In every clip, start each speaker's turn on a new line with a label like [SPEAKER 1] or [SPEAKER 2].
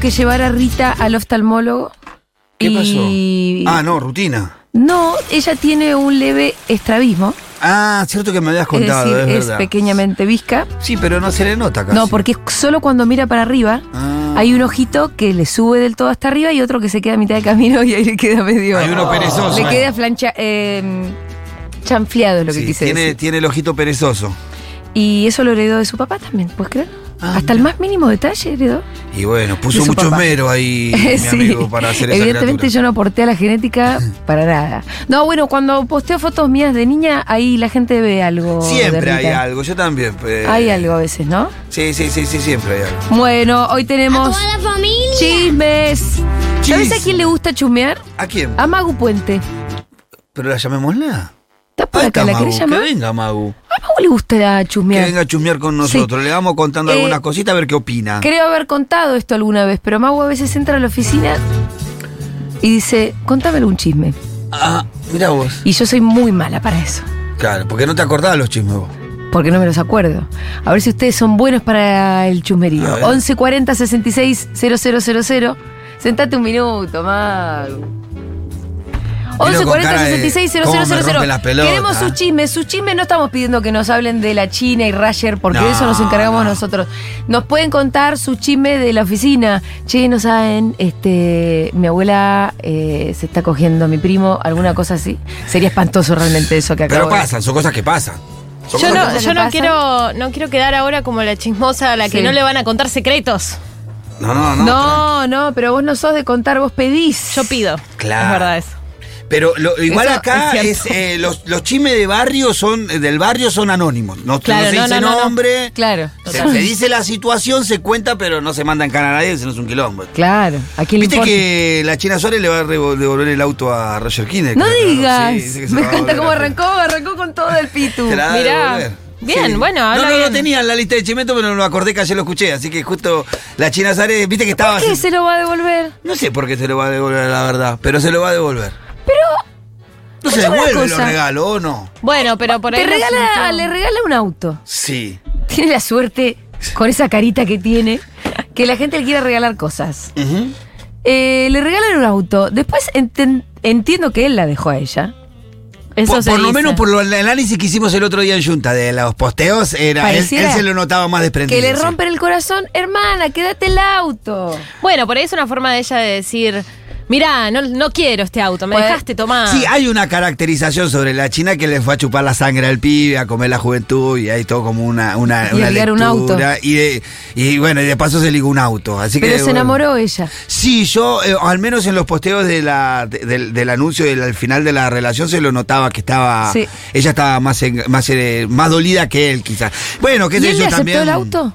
[SPEAKER 1] que llevar a Rita al oftalmólogo.
[SPEAKER 2] ¿Qué
[SPEAKER 1] y-
[SPEAKER 2] pasó? Ah, no, rutina.
[SPEAKER 1] No, ella tiene un leve estrabismo.
[SPEAKER 2] Ah, cierto que me habías contado,
[SPEAKER 1] es
[SPEAKER 2] es,
[SPEAKER 1] decir, es,
[SPEAKER 2] verdad.
[SPEAKER 1] pequeñamente visca.
[SPEAKER 2] Sí, pero no se le nota casi.
[SPEAKER 1] No, porque es solo cuando mira para arriba
[SPEAKER 2] Ah.
[SPEAKER 1] hay un ojito que le sube del todo hasta arriba y otro que se queda a mitad de camino y ahí le queda medio.
[SPEAKER 2] Hay uno perezoso.
[SPEAKER 1] Le queda flancha, eh, chanfleado, es lo que
[SPEAKER 2] Sí,
[SPEAKER 1] quise
[SPEAKER 2] tiene,
[SPEAKER 1] decir.
[SPEAKER 2] tiene el ojito perezoso.
[SPEAKER 1] Y eso lo heredó de su papá también, ¿puedes creer?
[SPEAKER 2] Ah,
[SPEAKER 1] Hasta el más mínimo detalle heredó.
[SPEAKER 2] Y bueno,
[SPEAKER 1] De
[SPEAKER 2] puso
[SPEAKER 1] su
[SPEAKER 2] mucho
[SPEAKER 1] papá.
[SPEAKER 2] esmero ahí, mi
[SPEAKER 1] Sí.
[SPEAKER 2] amigo, para hacer esa
[SPEAKER 1] Evidentemente
[SPEAKER 2] criatura.
[SPEAKER 1] yo no aporté a la genética para nada. No, bueno, cuando posteo fotos mías de niña, ahí la gente ve algo. de
[SPEAKER 2] Siempre hay
[SPEAKER 1] Rita.
[SPEAKER 2] algo, yo también. eh,
[SPEAKER 1] Hay algo a veces, ¿no?
[SPEAKER 2] Sí, sí, sí, sí, siempre hay algo.
[SPEAKER 1] Bueno, hoy tenemos
[SPEAKER 3] Toda la familia.
[SPEAKER 1] chismes. ¿Sabes
[SPEAKER 2] Chis.
[SPEAKER 1] a quién le gusta chumear?
[SPEAKER 2] ¿A quién?
[SPEAKER 1] A Magu Puente.
[SPEAKER 2] ¿Pero la llamémosla?
[SPEAKER 1] ¿Estás por
[SPEAKER 2] Ahí
[SPEAKER 1] acá?
[SPEAKER 2] está
[SPEAKER 1] ¿La
[SPEAKER 2] Magu,
[SPEAKER 1] querés
[SPEAKER 2] que
[SPEAKER 1] llamar?
[SPEAKER 2] venga, Magu.
[SPEAKER 1] A Magu le gusta
[SPEAKER 2] Que
[SPEAKER 1] chusmear.
[SPEAKER 2] venga a chusmear con nosotros. Le vamos contando
[SPEAKER 1] Eh,
[SPEAKER 2] algunas cositas a ver qué opina.
[SPEAKER 1] Creo haber contado esto alguna vez, pero Magu a veces entra a la oficina y dice, contame algún chisme.
[SPEAKER 2] Ah, mira vos.
[SPEAKER 1] Y yo soy muy mala para eso.
[SPEAKER 2] Claro, porque no te acordás los chismes vos.
[SPEAKER 1] Porque no me los acuerdo. A ver si ustedes son buenos para el chusmerío.
[SPEAKER 2] A ver.
[SPEAKER 1] 1140 66 000. Sentate un minuto, Mago.
[SPEAKER 2] con
[SPEAKER 1] 1140
[SPEAKER 2] cara de,
[SPEAKER 1] 66
[SPEAKER 2] ¿cómo me rompen las
[SPEAKER 1] 000.
[SPEAKER 2] pelotas?
[SPEAKER 1] Queremos sus chismes. Sus chismes no estamos pidiendo que nos hablen de la China y Rasher, porque de eso nos
[SPEAKER 2] No,
[SPEAKER 1] encargamos
[SPEAKER 2] no.
[SPEAKER 1] nosotros. Nos pueden contar sus chismes de la oficina. Che, no saben, este, mi abuela eh, se está cogiendo a mi primo, alguna cosa así. Sería espantoso realmente eso que acabo
[SPEAKER 2] Pero
[SPEAKER 1] de
[SPEAKER 2] pasan, son cosas que pasan. Son
[SPEAKER 1] Yo
[SPEAKER 2] cosas que
[SPEAKER 1] no-
[SPEAKER 2] pasan.
[SPEAKER 1] ¿Qué
[SPEAKER 4] Yo no
[SPEAKER 1] pasa?
[SPEAKER 4] quiero, no quiero quedar ahora como la chismosa a la
[SPEAKER 1] Sí.
[SPEAKER 4] que no le van a contar secretos.
[SPEAKER 2] No, no, no.
[SPEAKER 1] No, no, pero vos no sos de contar, vos pedís.
[SPEAKER 4] Yo pido.
[SPEAKER 2] Claro.
[SPEAKER 4] Es verdad eso.
[SPEAKER 2] Pero lo- igual
[SPEAKER 1] Eso
[SPEAKER 2] acá
[SPEAKER 4] es
[SPEAKER 2] es, eh, los, los chismes de barrio son, eh, del barrio son anónimos. No,
[SPEAKER 4] Claro,
[SPEAKER 2] no se
[SPEAKER 4] no,
[SPEAKER 2] dice
[SPEAKER 4] no, no, no.
[SPEAKER 2] nombre.
[SPEAKER 1] Claro,
[SPEAKER 2] Se, se dice la situación, se cuenta, pero no se manda en cara a nadie, no es un quilombo.
[SPEAKER 1] claro. ¿A quién le
[SPEAKER 2] Viste
[SPEAKER 1] importa?
[SPEAKER 2] que la China Suárez le va a revo- devolver el auto a Roger Kinner.
[SPEAKER 1] No
[SPEAKER 2] creo,
[SPEAKER 1] digas.
[SPEAKER 2] Sí, dice que se
[SPEAKER 1] Me
[SPEAKER 2] lo va a
[SPEAKER 1] encanta cómo
[SPEAKER 2] devolver.
[SPEAKER 1] arrancó, arrancó con todo el pitu.
[SPEAKER 2] Se la va a
[SPEAKER 4] Mirá.
[SPEAKER 2] devolver.
[SPEAKER 4] Bien, bueno,
[SPEAKER 2] No,
[SPEAKER 4] habla
[SPEAKER 2] no, no
[SPEAKER 4] bien.
[SPEAKER 2] tenía en la lista de Chimeto, pero lo acordé que ayer lo escuché. Así que justo la China Suárez, viste que estaba.
[SPEAKER 1] ¿Qué
[SPEAKER 2] así-
[SPEAKER 1] se lo va a devolver?
[SPEAKER 2] No sé por qué se lo va a devolver, la verdad, pero se lo va a devolver. Pero. No se
[SPEAKER 1] escuchame una
[SPEAKER 2] devuelve los
[SPEAKER 1] cosa.
[SPEAKER 2] regalos, ¿o no?
[SPEAKER 4] Bueno, pero por ahí.
[SPEAKER 1] Te
[SPEAKER 4] no
[SPEAKER 1] regala,
[SPEAKER 4] sentó.
[SPEAKER 1] le regala un auto.
[SPEAKER 2] Sí.
[SPEAKER 1] Tiene la suerte, con esa carita que tiene, que la gente le quiere regalar cosas.
[SPEAKER 2] Ujú.
[SPEAKER 1] Eh, le regalan un auto. Después enten- entiendo que él la dejó a ella.
[SPEAKER 4] Eso
[SPEAKER 2] por,
[SPEAKER 4] se
[SPEAKER 2] por lo
[SPEAKER 4] dice.
[SPEAKER 2] menos por lo- el análisis que hicimos el otro día en Junta de los posteos, era, él,
[SPEAKER 1] Pareciera
[SPEAKER 2] él se lo notaba más
[SPEAKER 1] Que
[SPEAKER 2] desprendido.
[SPEAKER 1] le
[SPEAKER 2] sí.
[SPEAKER 1] rompen el corazón. Hermana, quédate el auto.
[SPEAKER 4] Bueno, por ahí es una forma de ella de decir. Mirá, no, no quiero este auto, me
[SPEAKER 1] Bueno,
[SPEAKER 4] dejaste tomar.
[SPEAKER 2] Sí, hay una caracterización sobre la China que le fue a chupar la sangre al pibe, a comer la juventud y hay todo como una una,
[SPEAKER 1] Y
[SPEAKER 2] una
[SPEAKER 1] olvidar un auto.
[SPEAKER 2] lectura, Y, de- y bueno, y de paso se ligó un auto. Así que,
[SPEAKER 1] Pero se
[SPEAKER 2] bueno.
[SPEAKER 1] enamoró ella.
[SPEAKER 2] Sí, yo eh, al menos en los posteos de la, de- del, del anuncio del al final de la relación se lo notaba que estaba
[SPEAKER 1] Sí.
[SPEAKER 2] ella estaba más en- más eh, más dolida que él quizás. Bueno,
[SPEAKER 1] ¿Y
[SPEAKER 2] qué
[SPEAKER 1] él
[SPEAKER 2] sé
[SPEAKER 1] le
[SPEAKER 2] yo
[SPEAKER 1] aceptó
[SPEAKER 2] también.
[SPEAKER 1] el auto?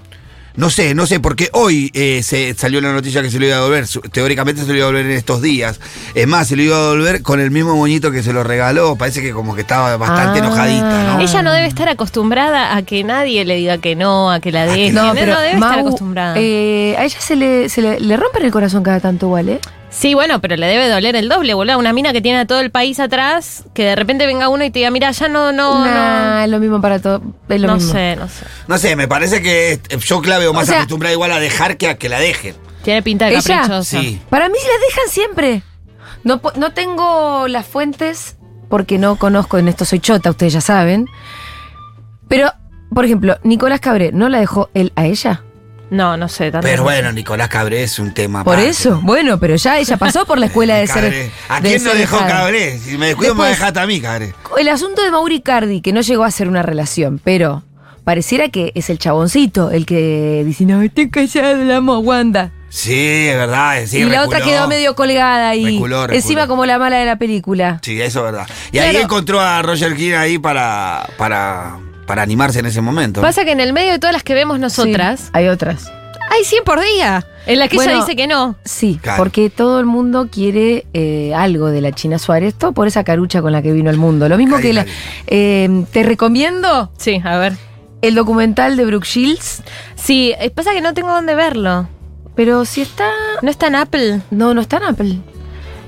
[SPEAKER 2] No sé, no sé, porque hoy eh, se salió la noticia que se lo iba a devolver. Su- Teóricamente se lo iba a devolver en estos días. Es más, se lo iba a devolver con el mismo moñito que se lo regaló. Parece que como que estaba bastante
[SPEAKER 1] Ah.
[SPEAKER 2] enojadita, ¿no?
[SPEAKER 4] Ella no debe estar acostumbrada a que nadie le diga que no, a que la
[SPEAKER 2] que
[SPEAKER 4] deje.
[SPEAKER 2] no.
[SPEAKER 4] No, no debe estar
[SPEAKER 1] Mau,
[SPEAKER 4] acostumbrada.
[SPEAKER 1] eh, a ella se, le, se le, le rompen el corazón cada tanto igual, ¿eh?
[SPEAKER 4] Sí, bueno, pero le debe doler el doble, boludo. Una mina que tiene a todo el país atrás, que de repente venga uno y te diga, mira, ya no, no,
[SPEAKER 1] Nah, es lo mismo para todo. Es
[SPEAKER 4] no.
[SPEAKER 1] lo
[SPEAKER 4] No
[SPEAKER 1] mismo.
[SPEAKER 4] sé, no sé.
[SPEAKER 2] No sé, me parece que es- eh, yo la veo más
[SPEAKER 1] sea-
[SPEAKER 2] acostumbrada igual a dejar que a que la dejen.
[SPEAKER 4] Tiene pinta de
[SPEAKER 1] ¿Ella?
[SPEAKER 4] caprichosa.
[SPEAKER 2] Sí.
[SPEAKER 1] Para mí la dejan siempre. No, po- no tengo las fuentes porque no conozco, en esto soy chota, ustedes ya saben. Pero, por ejemplo, Nicolás Cabré, ¿no la dejó él a ella?
[SPEAKER 4] No, no sé. Tanto
[SPEAKER 2] Pero bueno, Nicolás Cabré es un tema
[SPEAKER 1] Por
[SPEAKER 2] aparte.
[SPEAKER 1] eso, bueno, pero ya ella pasó por la escuela de
[SPEAKER 2] Cabré.
[SPEAKER 1] ser.
[SPEAKER 2] ¿A
[SPEAKER 1] de
[SPEAKER 2] quién no
[SPEAKER 1] ser
[SPEAKER 2] dejó
[SPEAKER 1] dejada.
[SPEAKER 2] Cabré? Si me descuido me
[SPEAKER 1] Después-
[SPEAKER 2] dejaste a mí, Cabré.
[SPEAKER 1] El asunto de Mauri Cardi, que no llegó a ser una relación, pero pareciera que es el chaboncito el que dice, no, estoy callado, la amo a Wanda.
[SPEAKER 2] Sí, es verdad. Sí,
[SPEAKER 1] y la
[SPEAKER 2] reculó.
[SPEAKER 1] otra quedó medio colgada ahí.
[SPEAKER 2] Reculó, reculó.
[SPEAKER 1] Encima como la mala de la película.
[SPEAKER 2] Sí, eso es verdad. Y ahí
[SPEAKER 4] Claro.
[SPEAKER 2] encontró a Roger King ahí para, para, para animarse en ese momento.
[SPEAKER 4] Pasa que en el medio de todas las que vemos nosotras,
[SPEAKER 1] Sí, hay otras.
[SPEAKER 4] hay 100 por día. En la que
[SPEAKER 1] Bueno.
[SPEAKER 4] ella dice que no.
[SPEAKER 1] Sí,
[SPEAKER 2] Claro.
[SPEAKER 1] porque todo el mundo quiere eh, algo de la China Suárez, todo por esa carucha con la que vino al mundo. Lo mismo
[SPEAKER 2] Cari,
[SPEAKER 1] que la,
[SPEAKER 2] cari.
[SPEAKER 1] eh, te recomiendo
[SPEAKER 4] Sí, a ver.
[SPEAKER 1] el documental de Brooke Shields,
[SPEAKER 4] Sí, eh, pasa que no tengo dónde verlo.
[SPEAKER 1] pero si está...
[SPEAKER 4] No está en Apple.
[SPEAKER 1] No, no está en Apple.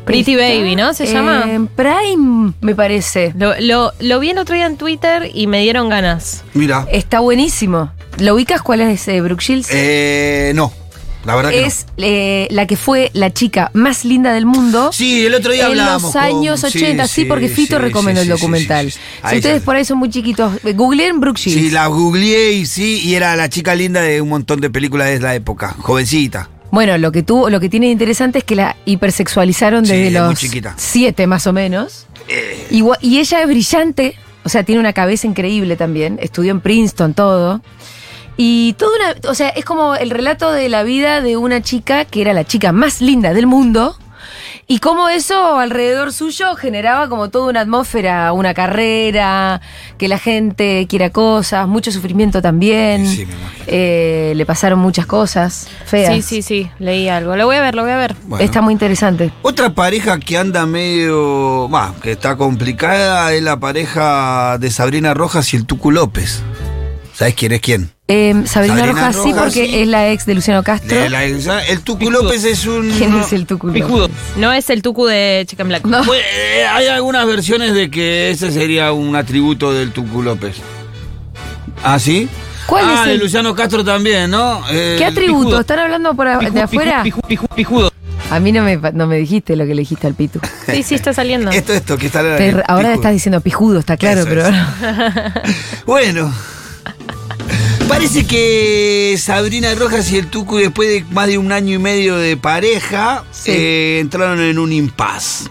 [SPEAKER 4] Pretty Baby, ¿no? Se llama.
[SPEAKER 1] En Prime, me parece.
[SPEAKER 4] Lo, lo, lo vi el otro día en Twitter y me dieron ganas.
[SPEAKER 2] Mira.
[SPEAKER 1] Está buenísimo. ¿Lo ubicas cuál es ese, Brooke Shields?
[SPEAKER 2] Eh, no. la verdad que
[SPEAKER 1] eh, es eh, la que fue la chica más linda del mundo.
[SPEAKER 2] no. Sí, el otro día
[SPEAKER 1] En
[SPEAKER 2] hablábamos.
[SPEAKER 1] los años
[SPEAKER 2] con-
[SPEAKER 1] 80, sí, porque Fito
[SPEAKER 2] sí,
[SPEAKER 1] recomendó
[SPEAKER 2] sí,
[SPEAKER 1] el
[SPEAKER 2] sí, sí,
[SPEAKER 1] documental.
[SPEAKER 2] sí, sí.
[SPEAKER 1] Si
[SPEAKER 2] Ahí
[SPEAKER 1] ustedes
[SPEAKER 2] ya-
[SPEAKER 1] por ahí son muy chiquitos, eh, googleen Brooke Shields.
[SPEAKER 2] Sí, la googleé y sí, y era la chica linda de un montón de películas de la época, jovencita.
[SPEAKER 1] Bueno, lo que tuvo, lo que tiene de interesante es que la hipersexualizaron
[SPEAKER 2] Sí,
[SPEAKER 1] desde
[SPEAKER 2] es muy
[SPEAKER 1] los
[SPEAKER 2] chiquita.
[SPEAKER 1] siete más o menos.
[SPEAKER 2] Eh,
[SPEAKER 1] Y, gua- y ella es brillante, o sea, tiene una cabeza increíble también. Estudió en Princeton, todo. Y toda una, o sea, es como el relato de la vida de una chica que era la chica más linda del mundo. Y cómo eso alrededor suyo generaba como toda una atmósfera, una carrera, que la gente quiera cosas, mucho sufrimiento también.
[SPEAKER 2] Sí, me imagino.
[SPEAKER 1] Eh, le pasaron muchas cosas feas.
[SPEAKER 4] Sí, sí, sí, leí algo. Lo voy a ver, lo voy a ver.
[SPEAKER 2] bueno.
[SPEAKER 1] Está muy interesante.
[SPEAKER 2] Otra pareja que anda medio. bah, que está complicada es la pareja de Sabrina Rojas y el Tucu López. ¿Sabes quién es quién?
[SPEAKER 1] Eh, Sabrina,
[SPEAKER 2] Sabrina
[SPEAKER 1] Rojas, sí,
[SPEAKER 2] Rojas,
[SPEAKER 1] porque
[SPEAKER 2] sí.
[SPEAKER 1] es la ex de Luciano Castro.
[SPEAKER 2] La- la- el Tucu López es un.
[SPEAKER 1] ¿Quién es el tucu?
[SPEAKER 3] Pijudo.
[SPEAKER 4] No es el tucu de Chicken Black.
[SPEAKER 1] No.
[SPEAKER 2] Pues, eh, hay algunas versiones de que ese sería un atributo del Tucu López. ¿Ah, sí?
[SPEAKER 1] ¿Cuál
[SPEAKER 2] ah,
[SPEAKER 1] es
[SPEAKER 2] de
[SPEAKER 1] el-
[SPEAKER 2] Luciano Castro también, ¿no? Eh,
[SPEAKER 1] ¿Qué atributo?
[SPEAKER 3] pijudo.
[SPEAKER 1] ¿Están hablando por a-
[SPEAKER 3] Piju-
[SPEAKER 1] de
[SPEAKER 3] piju-
[SPEAKER 1] afuera?
[SPEAKER 3] piju- piju- pijudo.
[SPEAKER 1] A mí no me, pa- no me dijiste lo que le dijiste al Pitu.
[SPEAKER 4] Sí, sí, está saliendo.
[SPEAKER 2] Esto, esto, que está la-
[SPEAKER 1] Te- ahora
[SPEAKER 2] Pijudo.
[SPEAKER 1] estás diciendo pijudo, está claro,
[SPEAKER 2] Eso
[SPEAKER 1] pero
[SPEAKER 2] es. Bueno. Parece que Sabrina Rojas y el Tucu, después de más de un año y medio de pareja,
[SPEAKER 1] Sí.
[SPEAKER 2] eh, entraron en un impas.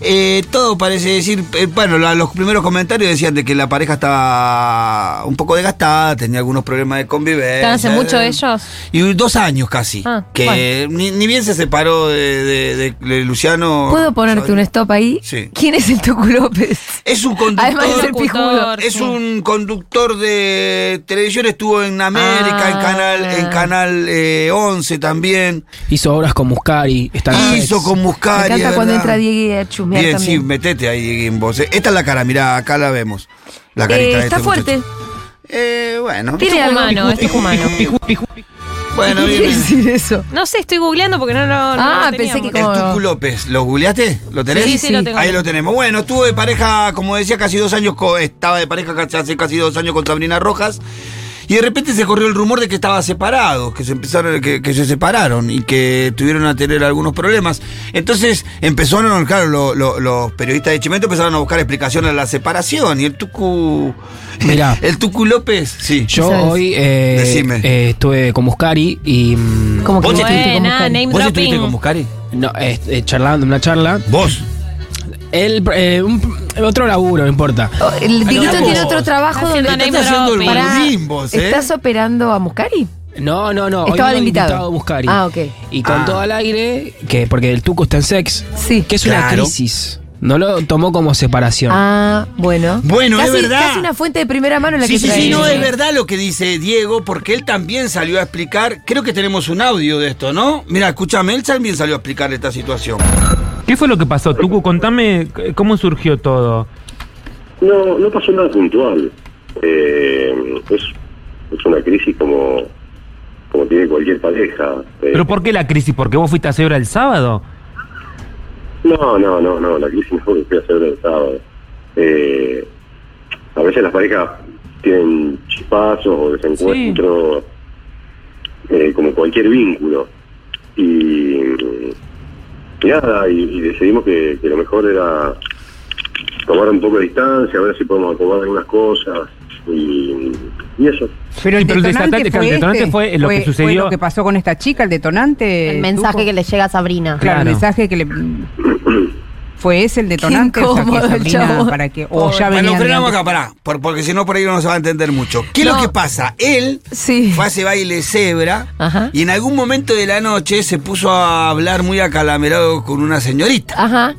[SPEAKER 2] Eh, todo parece decir, eh, bueno, la- los primeros comentarios decían de que la pareja estaba un poco desgastada, tenía algunos problemas de convivencia. eh,
[SPEAKER 4] ¿Están hace mucho ellos?
[SPEAKER 2] Y dos años casi.
[SPEAKER 4] Ah,
[SPEAKER 2] que ni, ni bien se separó de, de- de- de Luciano.
[SPEAKER 1] ¿Puedo ponerte un stop ahí?
[SPEAKER 2] Sí.
[SPEAKER 1] ¿Quién es el Tucu López?
[SPEAKER 2] Es un conductor.
[SPEAKER 1] Además de ser pijudo.
[SPEAKER 4] Locutor,
[SPEAKER 2] Es
[SPEAKER 4] sí.
[SPEAKER 2] un conductor de televisión, estuvo en América,
[SPEAKER 4] Ah.
[SPEAKER 2] en Canal, en canal eh, 11 también.
[SPEAKER 5] Hizo obras con Muscari. Está
[SPEAKER 1] Ah,
[SPEAKER 5] en
[SPEAKER 2] Hizo
[SPEAKER 5] Netflix.
[SPEAKER 2] con
[SPEAKER 1] Pues, Me
[SPEAKER 2] Muscari.
[SPEAKER 1] encanta
[SPEAKER 2] es
[SPEAKER 1] cuando
[SPEAKER 2] verdad.
[SPEAKER 1] entra Diego a chusmear
[SPEAKER 2] Bien, sí,
[SPEAKER 1] también.
[SPEAKER 2] metete ahí Dieguín, vos. Esta es la cara, mirá, acá la vemos. La
[SPEAKER 1] Eh,
[SPEAKER 2] carita de
[SPEAKER 1] está
[SPEAKER 2] este
[SPEAKER 1] fuerte.
[SPEAKER 2] muchacho. Eh, bueno.
[SPEAKER 1] Tiene
[SPEAKER 4] Es
[SPEAKER 1] algo.
[SPEAKER 4] humano, es humano.
[SPEAKER 3] Piju- piju-
[SPEAKER 2] Bueno,
[SPEAKER 1] ¿Qué
[SPEAKER 2] bien.
[SPEAKER 1] quiere decir eso?
[SPEAKER 4] No sé, estoy googleando porque no lo. no
[SPEAKER 1] Ah,
[SPEAKER 4] lo
[SPEAKER 1] pensé
[SPEAKER 4] teníamos.
[SPEAKER 1] que
[SPEAKER 2] El
[SPEAKER 1] como-
[SPEAKER 2] Tucu López, ¿lo googleaste? ¿Lo tenés?
[SPEAKER 4] Sí, sí, lo tengo.
[SPEAKER 2] Ahí lo tenemos. Bueno, estuvo de pareja, como decía, casi dos años, co- estaba de pareja casi- hace casi dos años con Sabrina Rojas. Y de repente se corrió el rumor de que estaba separados, que se empezaron, que, que se separaron y que tuvieron a tener algunos problemas. Entonces empezaron, claro, lo- lo- los periodistas de Chimento empezaron a buscar explicación a la separación. Y el Tucu.
[SPEAKER 5] Mirá.
[SPEAKER 2] El Tucu López, sí.
[SPEAKER 5] Yo
[SPEAKER 1] ¿Sabes?
[SPEAKER 5] hoy eh,
[SPEAKER 2] Decime.
[SPEAKER 5] eh, estuve con Muscari y. mm,
[SPEAKER 1] Como que
[SPEAKER 2] Vos
[SPEAKER 1] estuviste
[SPEAKER 2] estuviste
[SPEAKER 1] con
[SPEAKER 4] Buena,
[SPEAKER 1] Buscari.
[SPEAKER 4] name
[SPEAKER 2] ¿Vos estuviste
[SPEAKER 4] dropping.
[SPEAKER 2] con Buscari?
[SPEAKER 5] no, eh, eh, charlando en una charla.
[SPEAKER 2] Vos.
[SPEAKER 5] Él, eh, un- otro laburo, no importa.
[SPEAKER 1] Oh, El Dieguito
[SPEAKER 5] no,
[SPEAKER 1] tiene
[SPEAKER 5] vos.
[SPEAKER 1] otro trabajo
[SPEAKER 4] Está haciendo
[SPEAKER 1] donde...
[SPEAKER 4] name
[SPEAKER 2] Estás haciendo el
[SPEAKER 4] dropping.
[SPEAKER 1] Pará,
[SPEAKER 2] boludín vos, ¿eh?
[SPEAKER 1] ¿Estás operando a Muscari?
[SPEAKER 5] No, no, no. hoy
[SPEAKER 1] Estaba
[SPEAKER 5] vino
[SPEAKER 1] de invitado.
[SPEAKER 5] Muscari.
[SPEAKER 1] Ah, ok.
[SPEAKER 5] Y con
[SPEAKER 2] Ah.
[SPEAKER 5] todo al aire, que porque el tuco está en sex,
[SPEAKER 1] Sí.
[SPEAKER 5] que es una
[SPEAKER 2] Claro.
[SPEAKER 5] crisis. No lo tomó como separación.
[SPEAKER 1] Ah, bueno.
[SPEAKER 2] Bueno, es
[SPEAKER 1] Casi-
[SPEAKER 2] verdad.
[SPEAKER 1] Casi una fuente de primera mano en la
[SPEAKER 2] Sí,
[SPEAKER 1] que
[SPEAKER 2] sí,
[SPEAKER 1] trae.
[SPEAKER 2] sí, no, es verdad lo que dice Diego, porque él también salió a explicar, creo que tenemos un audio de esto, ¿no? Mira, escúchame, él también salió a explicar esta situación.
[SPEAKER 6] ¿Qué fue lo que pasó, Tucu? Contame eh, cómo surgió todo.
[SPEAKER 7] No, no pasó nada puntual. Eh, es, es una crisis como, como tiene cualquier pareja. Eh,
[SPEAKER 6] ¿Pero por qué la crisis? ¿Porque vos fuiste a Cebra el sábado?
[SPEAKER 7] no, no, no, no, la crisis no porque fui a hacer el sábado. Eh, a veces las parejas tienen chispazos o desencuentros, eh, como cualquier vínculo. Y, y nada, y, y decidimos que, que lo mejor era tomar un poco de distancia, a ver si podemos acomodar algunas cosas y, y eso.
[SPEAKER 6] Sí, pero el detonante, claro, el detonante
[SPEAKER 8] este,
[SPEAKER 6] fue lo que
[SPEAKER 8] Fue
[SPEAKER 6] sucedió.
[SPEAKER 8] lo que pasó con esta chica, el detonante.
[SPEAKER 9] El mensaje
[SPEAKER 8] tuvo-
[SPEAKER 9] que le llega a Sabrina.
[SPEAKER 8] Claro,
[SPEAKER 6] Claro.
[SPEAKER 8] el mensaje que le... ¿Fue ese el detonante? o sea, que
[SPEAKER 1] incómodo el
[SPEAKER 8] Sabrina,
[SPEAKER 1] chabón.
[SPEAKER 8] para que,
[SPEAKER 1] Oh,
[SPEAKER 8] o ya
[SPEAKER 2] Bueno,
[SPEAKER 8] venían de
[SPEAKER 2] frenamos
[SPEAKER 8] antes.
[SPEAKER 2] acá, pará, por- porque si no por ahí no se va a entender mucho. ¿Qué es
[SPEAKER 1] No.
[SPEAKER 2] lo que pasa? Él
[SPEAKER 1] Sí.
[SPEAKER 2] fue a ese baile Cebra
[SPEAKER 1] Ajá.
[SPEAKER 2] y en algún momento de la noche se puso a hablar muy acalamerado con una señorita,
[SPEAKER 1] Ajá.